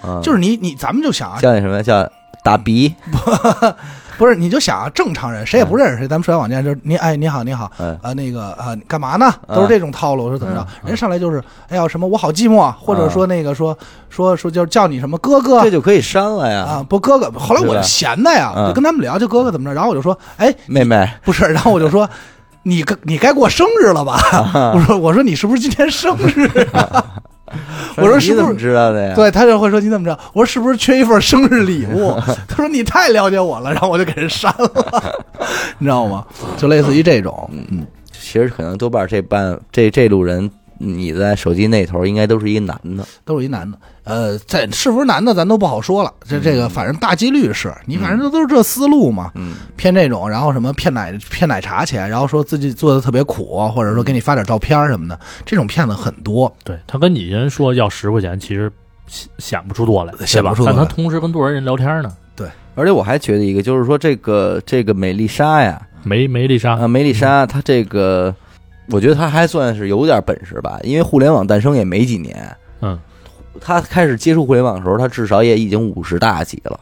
A: 嗯
B: 就是你你咱们就想啊，
A: 叫你什么叫打鼻？
B: 不是你就想啊，正常人谁也不认识谁，咱们社交网站就是你哎你好你好
A: 嗯
B: 啊那个啊你干嘛呢？
A: 嗯
B: 都是这种套路，是怎么着？人上来就是哎呀什么我好寂寞，或者说那个说说说就是叫你什么哥哥
A: 嗯这就可以删了呀，
B: 啊，不哥哥。后来我
A: 对吧
B: 就闲的呀，
A: 嗯
B: 就跟他们聊，就哥哥怎么着，然后我就说，哎，
A: 妹妹。
B: 不是，然后我就说，你该你该过生日 了吧？我说我说你是不是今天生日啊？我说
A: 你
B: 是
A: 怎
B: 不
A: 么
B: 是？
A: 知道的呀？
B: 对，他就会说你怎么着？我说是不是缺一份生日礼物？ 他说你太了解我了，然后我就给人删了， 你知道吗？就类似于这种，嗯，
A: 其实可能多半这半这这路人，你在手机那头应该都是一个男的，
B: 都是一男的。呃，在是不是男的咱都不好说了，这这个反正大几率是你，反正都都是这思路嘛。
A: 嗯，
B: 骗这种，然后什么骗奶骗奶茶钱，然后说自己做的特别苦，或者说给你发点照片什么的，这种骗子很多。
C: 对他跟你人说要十块钱，其实显显不出多来，
B: 显呃不出
C: 对
B: 多
C: 吧
B: 来
C: 但他同时跟多少人聊天呢？
A: 而且我还觉得一个，就是说这个这个美丽莎呀，
C: 梅梅丽莎，
A: 啊，梅丽莎她这个，我觉得她还算是有点本事吧，因为互联网诞生也没几年，
C: 嗯，
A: 她开始接触互联网的时候，她至少也已经五十大几了。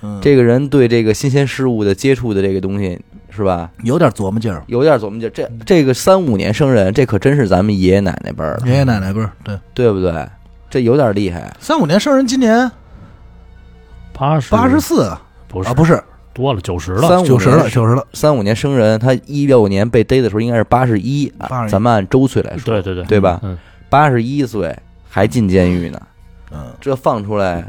B: 嗯
A: 这个人对这个新鲜事物的接触的这个东西，是吧？
B: 有点琢磨劲儿，
A: 有点琢磨劲儿。这这个三五年生人，这可真是咱们爷爷奶奶辈儿了，
B: 爷爷奶奶辈儿对，
A: 对不对？这有点厉害。
B: 三五年生人，今年
C: 八十
B: 八十四啊，
C: 不是
B: 不是
C: 多了九十了，
A: 三五
B: 九十了，
A: 年
B: 九十了，
A: 三五年生人，他一六年被逮的时候应该是八十一，
B: 81
A: 咱们按周岁来说，
C: 对对对
A: 对吧？
C: 嗯，
A: 八十一岁还进监狱呢，
B: 嗯，
A: 这放出来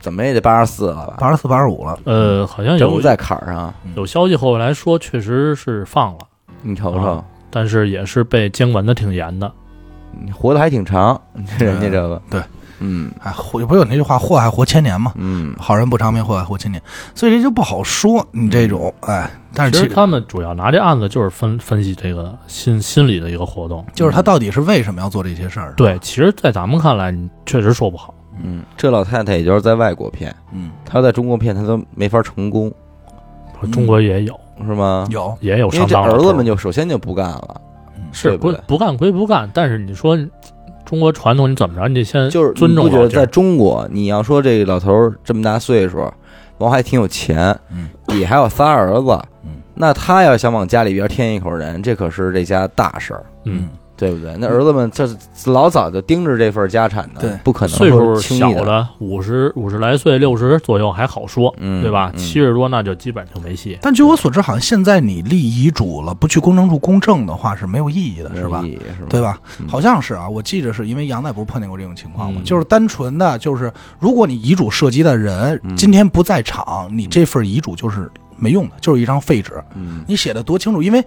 A: 怎么也得八十四了吧？
B: 八十四八十五了，
C: 呃，好像有
A: 正在坎儿上，
C: 有消息后来说确实是放了，
A: 你瞅瞅
C: 啊，但是也是被监管的挺严的。
A: 你活得还挺长， 人家这个
B: 对，
A: 嗯
B: 哎，活不是有那句话，祸害活千年嘛。
A: 嗯，
B: 好人不长命，祸害活千年，所以这就不好说。你这种，哎，但是
C: 其
B: 其
C: 实
B: 实
C: 他们主要拿这案子就是分分析这个心心理的一个活动。
B: 就是他到底是为什么要做这些事儿？
C: 嗯
B: 啊
C: 对，其实，在咱们看来，你确实说不好。
A: 嗯，这老太太也就是在外国骗，
B: 嗯，
A: 她在中国骗她都没法成功，
C: 中国也有，
A: 是吗？
B: 有，
C: 也有
A: 嗯因为
C: 上
A: 这
C: 当的
A: 儿
C: 时候
A: 子们就首先就不干了，
C: 是
A: 对不
C: 不
A: 对
C: 不干归不干，但是你说中国传统，你怎么着，你得先
A: 就是
C: 嗯尊重
A: 你不觉
C: 老
A: 得
C: 弟儿
A: 在中国，你要说这老头儿这么大岁数，然后还挺有钱，
B: 嗯，
A: 底还有仨儿子，
B: 嗯，
A: 那他要想往家里边添一口人，这可是这家大事儿，
C: 嗯，
A: 对不对？那儿子们这老早就盯着这份家产呢，
B: 对
A: 不可能
C: 岁数
A: 说轻
C: 小
A: 易的，
C: 的五十五十来岁、六十左右还好说，
A: 嗯
C: 对吧？
A: 嗯
C: 七十多那就基本就没戏。
B: 但据我所知，好像现在你立遗嘱了，不去公证处公证的话是没有意义的，
A: 没
B: 是
A: 有
B: 吧
A: 意？义？是吧？
B: 对吧
A: 嗯？
B: 好像是啊，我记着是因为杨仔不是碰见过这种情况吗？
C: 嗯
B: 就是单纯的，就是如果你遗嘱涉及的人
A: 嗯
B: 今天不在场，你这份遗嘱就是没用的，就是一张废纸。
A: 嗯，
B: 你写的多清楚，因为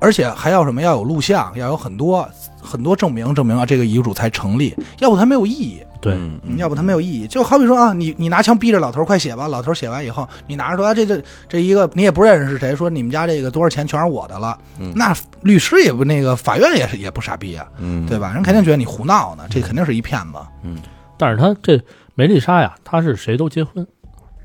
B: 而且还要什么要有录像，要有很多很多证明，证明啊这个遗嘱才成立，要不它没有意义。
C: 对，
A: 嗯，
B: 要不它没有意义。就好比说啊，你你拿枪逼着老头儿快写吧，老头儿写完以后，你拿着说、啊、这这这一个你也不认识是谁，说你们家这个多少钱全是我的了，
A: 嗯
B: 那律师也不那个，法院也是也不傻逼啊，
A: 嗯，
B: 对吧？人肯定觉得你胡闹呢，这肯定是一骗子。
C: 但是他这梅丽莎呀，她是谁都结婚，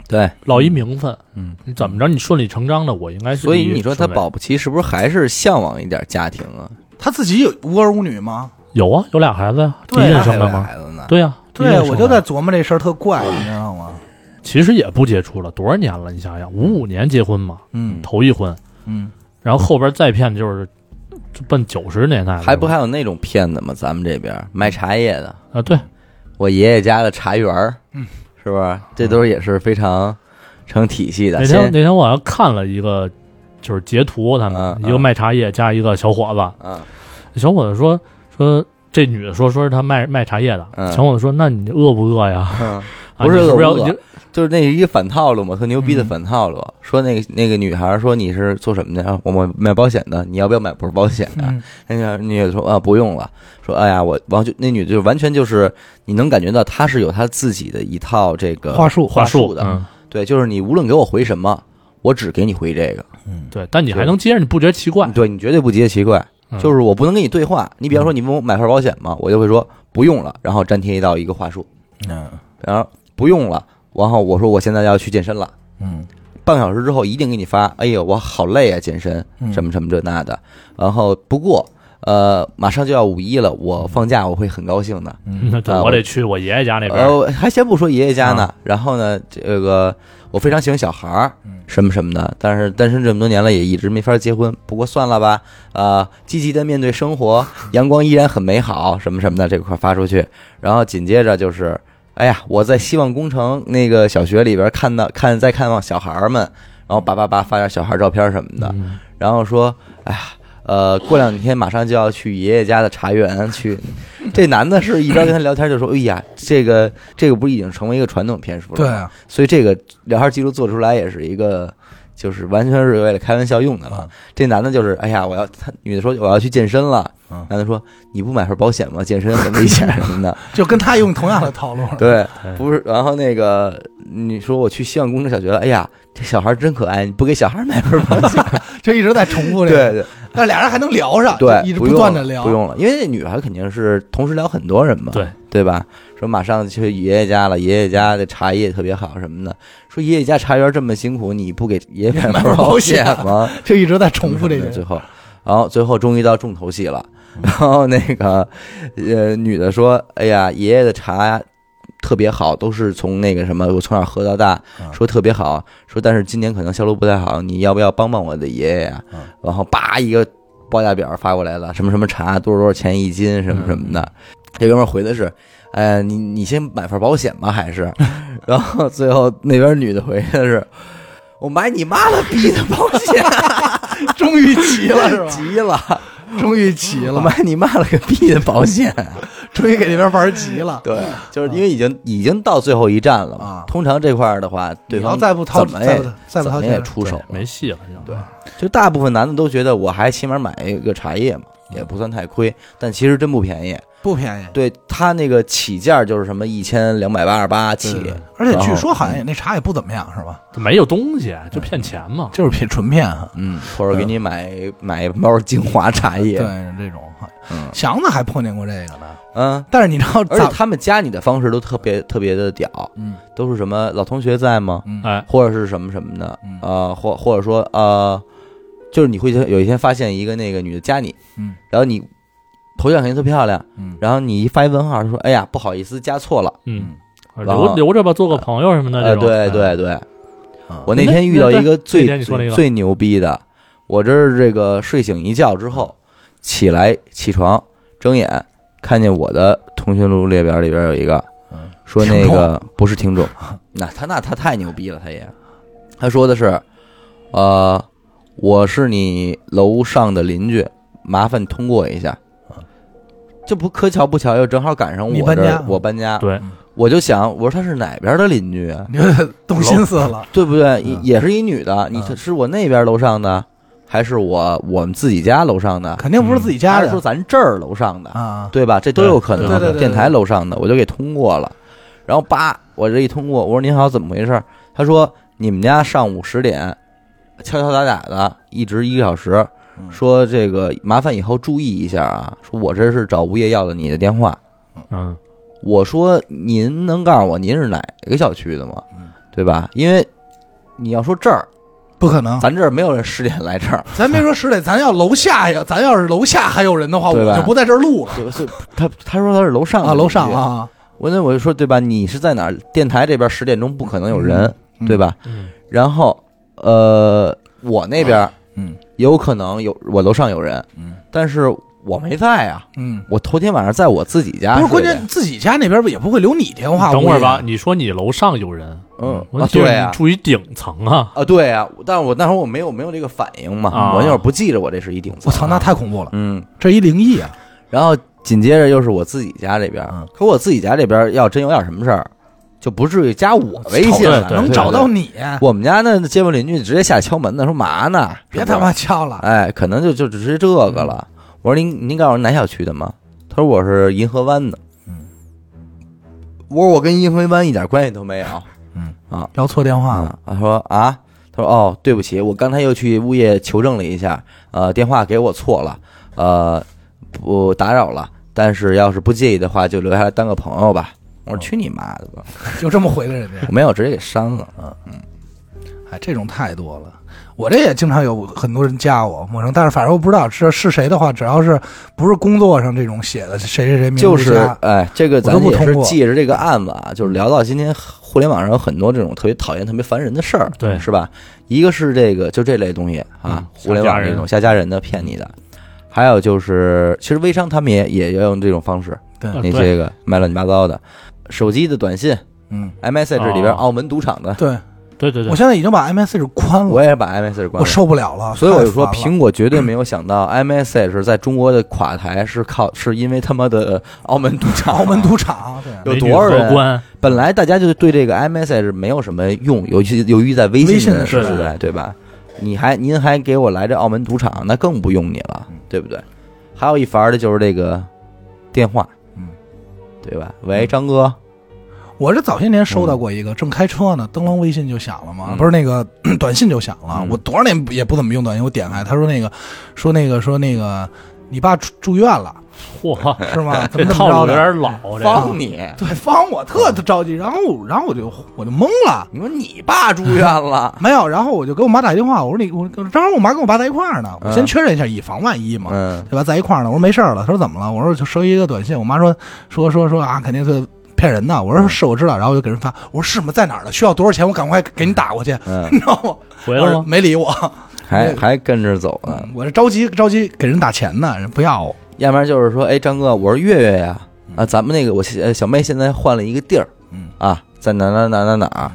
A: 对，
C: 落一名分，
A: 嗯，
C: 你怎么着，你顺理成章的，我应该是
A: 所以
C: 第一
A: 你说他
C: 顺位
A: 保不齐是不是还是向往一点家庭啊？
B: 他自己有无儿无女吗？有
C: 有啊，有俩孩子呀，第一
B: 对啊
C: 任
A: 还
C: 生
A: 有
C: 的吗？
A: 孩子呢？
C: 对呀、第一
B: 对，
C: 任
B: 我
C: 生
B: 就在
C: 的
B: 琢磨这事儿特怪，你知道吗？
C: 其实也不接触了，多少年了？你想想，五五年结婚嘛，
B: 嗯
C: 头一婚，
B: 嗯，
C: 然后后边再骗就是就奔九十年代了
A: 还不还有那种骗子吗？咱们这边卖茶叶的，
C: 啊？对，
A: 我爷爷家的茶园儿，嗯，是不是？这都是也是非常成体系的。
C: 那天
A: 先
C: 那天我好像看了一个，就是截图，他们、
A: 嗯嗯
C: 一个卖茶叶加一个小伙子，
A: 啊，
C: 小伙子说说这女的说说是他卖卖茶叶的，
A: 嗯
C: 小伙子说那你饿不饿呀？
A: 嗯
C: 啊
A: 不是
C: 你
A: 饿
C: 是不
A: 不
C: 是要
A: 饿
C: 你
A: 就是那是一个反套路嘛，特牛逼的反套路。说那个那个女孩说你是做什么的？啊我们卖保险的，你要不要买波保险
B: 嗯
A: 啊？那个女的说啊不用了，说哎呀我完就那女的就完全就是你能感觉到她是有她自己的一套这个
B: 话术
C: 话
A: 术
C: 术
A: 的，
C: 嗯，
A: 对，就是你无论给我回什么，我只给你回这个。
B: 嗯
C: 对，但你还能接着，你不觉得奇怪？
A: 对你绝对不觉得奇怪，
C: 嗯
A: 就是我不能跟你对话。你比方说你问我买份保险吗？我就会说不用了，然后粘贴一道一个话术，
B: 嗯
A: 然后不用了，然后我说我现在要去健身了，
B: 嗯
A: 半个小时之后一定给你发。哎呦，我好累啊，健身
B: 嗯
A: 什么什么这那的。然后不过呃，马上就要五一了，我放假我会很高兴的。
C: 嗯 那对
A: 啊
C: 我得去我爷爷家那边啊
A: 然。后呃还先不说爷爷家呢，然后呢，这个我非常喜欢小孩儿，
C: 嗯
A: 什么什么的，但是单身这么多年了，也一直没法结婚。不过算了吧，呃，积极的面对生活， 阳光依然很美好，什么什么的这块发出去。然后紧接着就是，哎呀，我在希望工程那个小学里边看到看在看望小孩儿们，然后叭叭叭发点小孩照片什么的，
C: 嗯
A: 然后说，哎呀。呃，过两天马上就要去爷爷家的茶园 去。这男的是一边跟他聊天就说：“哎呀，这个这个不是已经成为一个传统骗术了？
B: 对啊，
A: 所以这个聊天记录做出来也是一个，就是完全是为了开玩笑用的了。
B: 嗯
A: 这男的就是，哎呀，我要他女的说我要去健身了，
B: 嗯
A: 男的说你不买份保险吗？健身很危险什 么的。
B: 就跟他用同样的套路。
A: 对
C: 哎，
A: 不是。然后那个你说我去希望工程小学了，哎呀，这小孩真可爱，你不给小孩买份保险？
B: 就一直在重复
A: 对
B: 这个，
A: 对
B: 但俩人还能聊上，
A: 对，
B: 啊就一直
A: 不
B: 断的
A: 用了
B: 聊，
A: 不用了，因为那女孩肯定是同时聊很多人嘛，
C: 对
A: 对吧？说马上去爷爷家了，爷爷家的茶叶特别好什么的，说爷爷家茶园这么辛苦，你不给爷爷 买份保险
B: 啊
A: 吗？
B: 就一直在重复这
A: 最
B: 句。
A: 后，然后最后终于到重头戏了，
B: 嗯
A: 然后那个呃女的说：“哎呀，爷爷的茶特别好，都是从那个什么我从小喝到大，
B: 嗯
A: 说特别好，说但是今年可能销路不太好，你要不要帮帮我的爷爷呀、
B: 嗯
A: 然后叭一个报价表发过来了，什么什么茶多少多少钱一斤，什么什么的。
B: 嗯
A: 这哥们儿回的是：“哎呀，你你先买份保险吧，还是？” 然后最后那边女的回的是：“我买你妈了逼的保险。”
B: 终于 齐了是 吧？
A: 急了，
B: 终于齐
A: 我
B: 了，
A: 买你妈了个逼的保险！
B: 啊终于给那边玩急了。
A: 对，就是因为已经已经到最后一站了嘛
B: 啊。
A: 通常这块儿的话，对
B: 你要
A: 方
B: 再不掏，
A: 怎么
B: 再
A: 也
B: 不再不
A: 怎
B: 掏
A: 么
B: 钱
A: 也，出手了，
C: 没戏了，好像对，
A: 就大部分男的都觉得我还起码买一个茶叶嘛，也不算太亏，但其实真不便宜。
B: 不便宜。
A: 对他那个起价就是什么一千两百八十八起，
B: 而且据
A: 然后
B: 说好像那茶也不怎么样，是吧？
C: 就没有东西，就骗钱嘛。
B: 就是骗纯骗啊。
A: 嗯，或者给你买买一包精华茶叶
B: 对，，这种哈
A: 嗯
B: 祥子还碰见过这个呢。
A: 嗯。
B: 但是你知道
A: 而且
B: 咱，
A: 他们加你的方式都特别特别的屌，
B: 嗯
A: 都是什么老同学在吗？
B: 嗯
C: 哎，
A: 或者是什么什么的
B: 嗯，
A: 呃，或或者说呃，就是你会有一天发现一个那个女的加你，
B: 嗯
A: 然后你头像肯定特漂亮，
B: 嗯，
A: 然后你一发一问号就说，哎呀，不好意思，加错了，
C: 嗯，
A: 然后
C: 留留着吧，做个朋友什么的。
A: 呃，
C: 这种哎啊
A: 对，对对，
B: 嗯
A: 我那天遇到一个最
C: 那天你说那
A: 最
C: 个
A: 最牛逼的，我这是这个睡醒一觉之后起来起床睁眼看见我的通讯录列表里边有一个
B: 嗯
A: 说那
B: 听
A: 个不是听众， 那他那他太牛逼了，他也他说的是，呃，我是你楼上的邻居，麻烦通过一下。
C: 嗯
A: 这不可巧不巧，又正好赶上
B: 你
A: 我
B: 搬
A: 这
B: 家
A: 儿我搬家，
C: 对，
A: 我就想，我说他是哪边的邻居啊？
B: 你就动心思了。
A: 对不对？也
B: 嗯
A: 也是一女的，你
B: 嗯
A: 是是我那边楼上的，还是我我们自己家楼上的？
B: 肯定不是自己家
A: 还是说
B: 的
A: 咱这儿楼上的，
B: 啊，
A: 对吧？这都有可能。
B: 对对对对
A: 电台楼上的我就给通过了，然后叭，我这一通过，我说您好，怎么回事？他说你们家上午十点敲敲打打的，一直一个小时，
B: 嗯
A: 说这个麻烦以后注意一下啊，说我这是找物业要的你的电话，
C: 嗯，
A: 我说您能告诉我您是哪个小区的吗
B: 嗯？
A: 对吧？因为你要说这儿，
B: 不可能。
A: 咱这儿没有人十点来这儿，
B: 咱别说十点，咱要楼下呀，咱要是楼下还有人的话，
A: 对吧嗯
B: 我就不在这儿录了
A: 对所以他他说他是楼上的
B: 啊，楼上
A: 邻居。
B: 啊，
A: 我那我就说对吧？你是在哪儿？电台这边十点钟不可能有人，
B: 嗯
A: 对？吧？
C: 嗯
A: 然后呃，我那边
B: 嗯
A: 有可能有我楼上有人，
B: 嗯
A: 但是我没在啊。
B: 嗯，
A: 我头天晚上在我自己家睡
B: 不是，
A: 的，
B: 关键自己家那边也不会留你电话。
C: 等会儿吧，
B: 我
C: 你说你楼上有人，
A: 啊嗯
C: 我
A: 啊
C: 记得
A: 对啊
C: 你住一顶层啊，
A: 啊，对啊，但是我那会儿我没有没有这个反应嘛，
C: 啊
A: 我那会儿不记着我这是一顶
B: 也，
A: 层
B: 我，操，那太恐怖了，
A: 嗯，
B: 这一灵异啊！
A: 然后紧接着又是我自己家这边儿
B: 嗯，
A: 可我自己家这边儿要真有点什么事儿，就不至于加我啊微信了，
C: 对对
B: 能
A: 对
B: 找到。
A: 对
B: 你，
A: 我们家那街坊邻居直接下来敲门呢，说嘛呢？
B: 别
A: 是不是
B: 他妈敲了。
A: 哎，可能就就只是这个了。我说您您告诉我哪小区的吗？他说我是银河湾的。
B: 嗯，
A: 我说我跟银河湾一点关系都没有。
B: 要错电话了，
A: 啊，他说啊，他说哦，对不起，我刚才又去物业求证了一下，呃，电话给我错了，呃，不打扰了，但是要是不介意的话，就留下来当个朋友吧。我
B: 哦
A: 说去你妈的吧！
B: 就这么回的人家。
A: 我没有，直接给删 了。嗯
B: 哎，这种太多了。我这也经常有很多人加我陌生，但是反正我不知道是是谁的话，只要是不是工作上这种写的谁谁谁名字
A: 就是
B: 加
A: 哎，这个
B: 我都
A: 咱
B: 不
A: 也
B: 通
A: 是
B: 过
A: 借着这个案子啊，就是聊到今天互联网上有很多这种特别讨厌、特别烦人的事儿，
C: 对
A: 是吧？一个是这个就这类东西啊
C: 嗯，
A: 互联网
C: 瞎加人
A: 这种瞎加人的骗你的，还有就是其实微商他们也也要用这种方式，
B: 对，
C: 啊
A: 那
C: 对
A: 些个卖乱七八糟的，手机的短信
B: 嗯，
A: ，iMessage 里边
C: 哦
A: 澳门赌场的，
B: 对
C: 对对对
B: 我，现在已经把 MSN 关了，
A: 我也把 iMessage 关
B: 我
A: 了。
B: 受不了了。
A: 所以我就说，
B: 太烦了
A: 苹果绝对没有想到 iMessage 在中国的垮台是靠是因为他妈的澳门赌 场。
B: 澳门 赌场，对，
A: 有
C: 美
A: 多
C: 女
A: 少
C: 荷
A: 人啊
C: 官
A: 本来大家就对这个 iMessage 没有什么用，尤其由于在微信
B: 微信
A: 的
B: 的
A: 时
C: 时代
A: 代，对吧？你还您还给我来这澳门赌场，那更不用你了，对不对？还有一法儿的就是这个电话，
B: 嗯，
A: 对吧？喂，张哥，
B: 我这早些年收到过一个，正开车呢，噔楞微信就响了嘛，
A: 嗯
B: 不是那个 短信就响了。
A: 嗯
B: 我多 少年也不怎么用短信，我点开，他说那个，说那个，说那个，你爸住住院了，
C: 嚯，
B: 是吗？怎么这
C: 这
B: 么
C: 套
B: 着
C: 路有
B: 的？
C: 点
B: 方
C: 老，这个
A: 帮你，
B: 对，方我特着
A: 嗯
B: 急，然后我然后我就我就懵了，
A: 你说你爸住院了，
B: 没有，然后我就给我妈打一电话，我说你我正好我妈跟我爸在一块儿呢，我先
A: 嗯
B: 确认一下，以防万一嘛。
A: 嗯
B: 对吧？在一块儿呢。我说没事儿了。他说怎么了？我说就收一个短信。我妈说说说说啊，肯定是骗人的。我
A: 嗯
B: 说是，我知道。然后我就给人发，我说是吗？在哪儿呢？需要多少钱？我赶快给你打过去，
A: 嗯，
B: 你知道吗？
C: 回来
B: 我
C: 了
B: 说
C: 吗？
B: 没理我，
A: 还还跟着走呢，
B: 我这着急着急给人打钱呢，人不要我。
A: 要不然就是说，哎，张哥，我是月月呀，啊，咱们那个我现呃小妹现在换了一个地儿，
B: 嗯
A: 啊，在哪哪哪哪哪儿，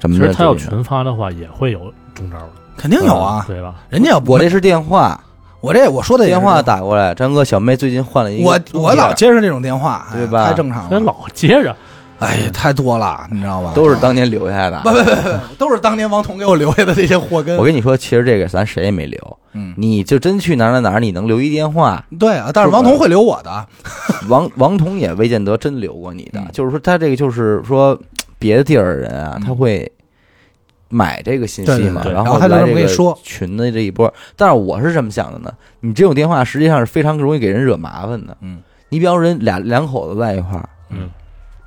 A: 什
C: 其
A: 么的。
C: 实他要
A: 这种
C: 群发的话，也会有中招的，
B: 肯定有啊，
C: 对吧？
B: 人家要
A: 嗯我这是电话，
B: 我这我说的也是
A: 电话，打过来，张哥，小妹最近换了一个
B: 我
A: 地儿，
B: 我老接着这种电话，哎
A: 对吧
B: 太正常
C: 那
B: 了。
C: 老接着，
B: 哎呀，太多了，你知道吧？
A: 都是当年留下的。
B: 不不不不不，都是当年王彤给我留下的这些祸根
A: 我。跟你说，其实这个咱谁也没留，
B: 嗯，
A: 你就真去哪儿哪儿哪儿，你能留一电话，
B: 对啊，但是王彤会留我的。
A: 王王彤也未见得真留过你的，
B: 嗯
A: 就是说他这个就是说别的地儿的人啊，
B: 嗯
A: 他会买这个信
B: 对
A: 息
B: 对
A: 嘛，
C: 对
A: 然
B: 然后他就
A: 来
B: 这
A: 这
B: 么跟
A: 个
B: 你说
A: 群的这一波。但是我是这么想的呢，你这种电话实际上是非常容易给人惹麻烦的。
B: 嗯，
A: 你比方说人俩两口子在一块儿，
C: 嗯，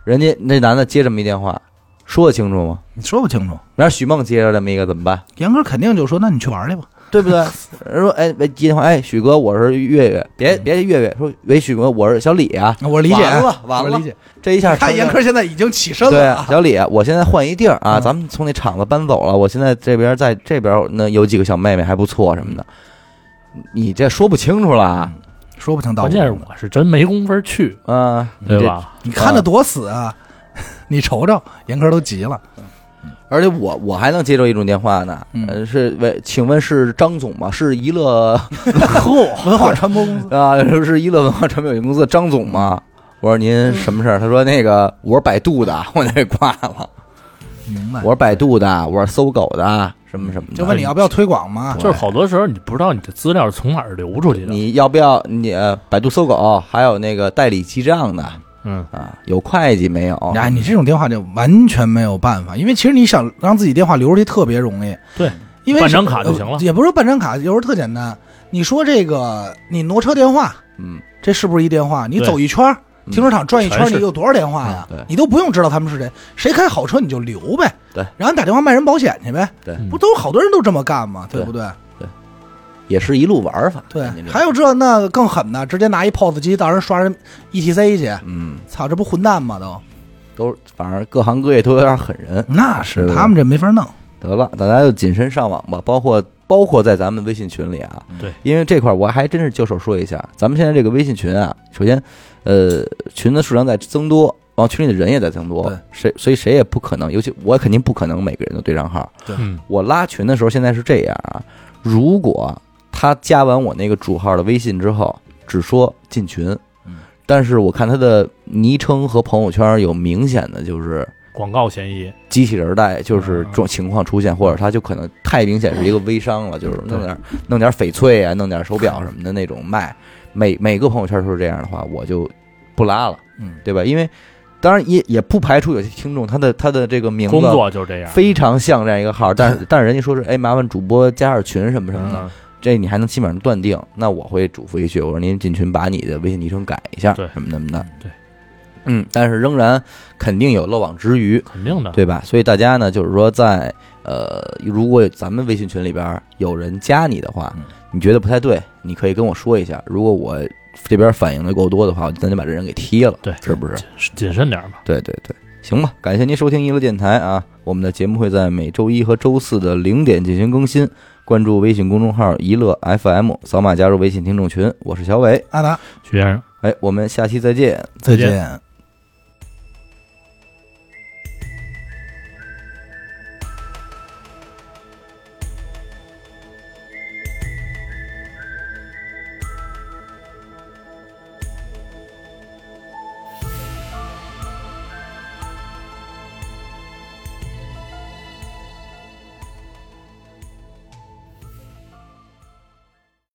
A: 人家那男的接这么一电话，说得清楚吗？
B: 你说不清楚，
A: 然后许梦接着这么一个怎么办？
B: 严哥肯定就说：“那你去玩去吧。”
A: 对不对？ 人说哎，喂接电话，哎，许哥，我是月月，别别月月，说喂，许哥，我是小李啊。
B: 我理解，
A: 完了完了
B: 我理解。
A: 这一下
B: 看
A: 成
B: 严
A: 了
B: 科现在已经起身
A: 对
B: 了啊，，
A: 小李，我现在换一地儿啊，
B: 嗯
A: 咱们从那厂子搬走了。我现在这边在这边那有几个小妹妹还不错什么的，你这说不清楚了啊，
B: 说不清道
C: 关
B: 不
C: 键是
B: 明的。
C: 我是真没工夫去，
A: 嗯，
C: 对？吧？
B: 你看的多死啊！ 你瞅瞅，严科都急了。
A: 而且我我还能接着一种电话呢，
B: 嗯
A: 呃是喂，请问是张总吗？是娱乐
B: 文化传播公司，
A: 啊，是娱乐文化传媒有限公司的张总吗？我说您什么事儿？他说那个我是百度的，我就给挂 了。
B: 明白
A: 我？是百度的，我是搜狗的，什么什么的。
B: 就问你要不要推广嘛？
C: 就是好多时候你不知道你的资料是从哪儿流出去的，
A: 你要不要你呃百度搜狗，还有那个代理记账的，
C: 嗯，
A: 啊，有会计没有？
B: 哎，你这种电话就完全没有办法，因为其实你想让自己电话留出去特别容易，
C: 对，
B: 因为
C: 办张卡就行了
B: 呃也不是办张卡，有时候特简单。你说这个，你挪车电话，
A: 嗯，
B: 这是不是一电话？你
C: 对
B: 走一圈儿，
A: 嗯
B: 停车场转一圈儿，
C: 全是
B: 你有多少电话呀
A: 嗯对？
B: 你都不用知道他们是谁，谁开好车你就留呗。
A: 对，
B: 然后你打电话卖人保险去呗，
A: 对，
C: 嗯
B: 不都好多人都这么干吗？
A: 对
B: 对不对？
A: 也是一路玩法。
B: 对
A: 人家，这
B: 还有这那个更狠的，直接拿一 POS 机到人刷人 ETC 去，
A: 嗯，
B: 操，这不混蛋吗？都
A: 都是反正各行各业都有点狠人。
B: 那
A: 对
B: 是
A: 对
B: 他们这没法弄。
A: 得了，大家就谨慎上网吧，包括包括在咱们微信群里啊。
C: 对，
A: 因为这块儿我还真是就手说一下，咱们现在这个微信群啊，首先，呃，群的数量在增多，然后群里的人也在增多
B: 对，
A: 谁所以谁也不可能，尤其我肯定不可能每个人都对上号。
C: 嗯，
A: 我拉群的时候现在是这样啊，如果他加完我那个主号的微信之后，只说进群
B: 嗯，
A: 但是我看他的昵称和朋友圈有明显的就是
C: 广告嫌疑，
A: 机器人儿带，就是
C: 啊
A: 这种情况出现，或者他就可能太明显是一个微商了，就是弄点儿弄点儿翡翠啊，弄点儿手表什么的那种卖，每每个朋友圈都是这样的话，我就不拉了，
B: 嗯，
A: 对吧？因为当然也也不排除有些听众他的他的这个名字
C: 工作就是这样，
A: 非常像这样一个号，但是但是人家说是哎，麻烦主播加下群什么什么的，
C: 嗯，
A: 这你还能基本上断定。那我会嘱咐一句，我说您进群把你的微信昵称改一下，
C: 对
A: 什么什么的。
C: 对，
A: 嗯，但是仍然肯定有漏网之鱼，
C: 肯定的，
A: 对吧？所以大家呢，就是说在呃，如果咱们微信群里边有人加你的话
B: 嗯，
A: 你觉得不太对，你可以跟我说一下。如果我这边反应的够多的话，咱就把这人给踢了，
C: 对
A: 是不是？
C: 谨谨慎点儿吧。
A: 对对对，行吧，感谢您收听一乐电台啊，我们的节目会在每周一和周四的零点进行更新。关注微信公众号“一乐 FM”，扫码加入微信听众群。我是小伟，
B: 阿达，
C: 徐先生，
A: 哎，我们下期再见。
B: 再
C: 见
B: 见。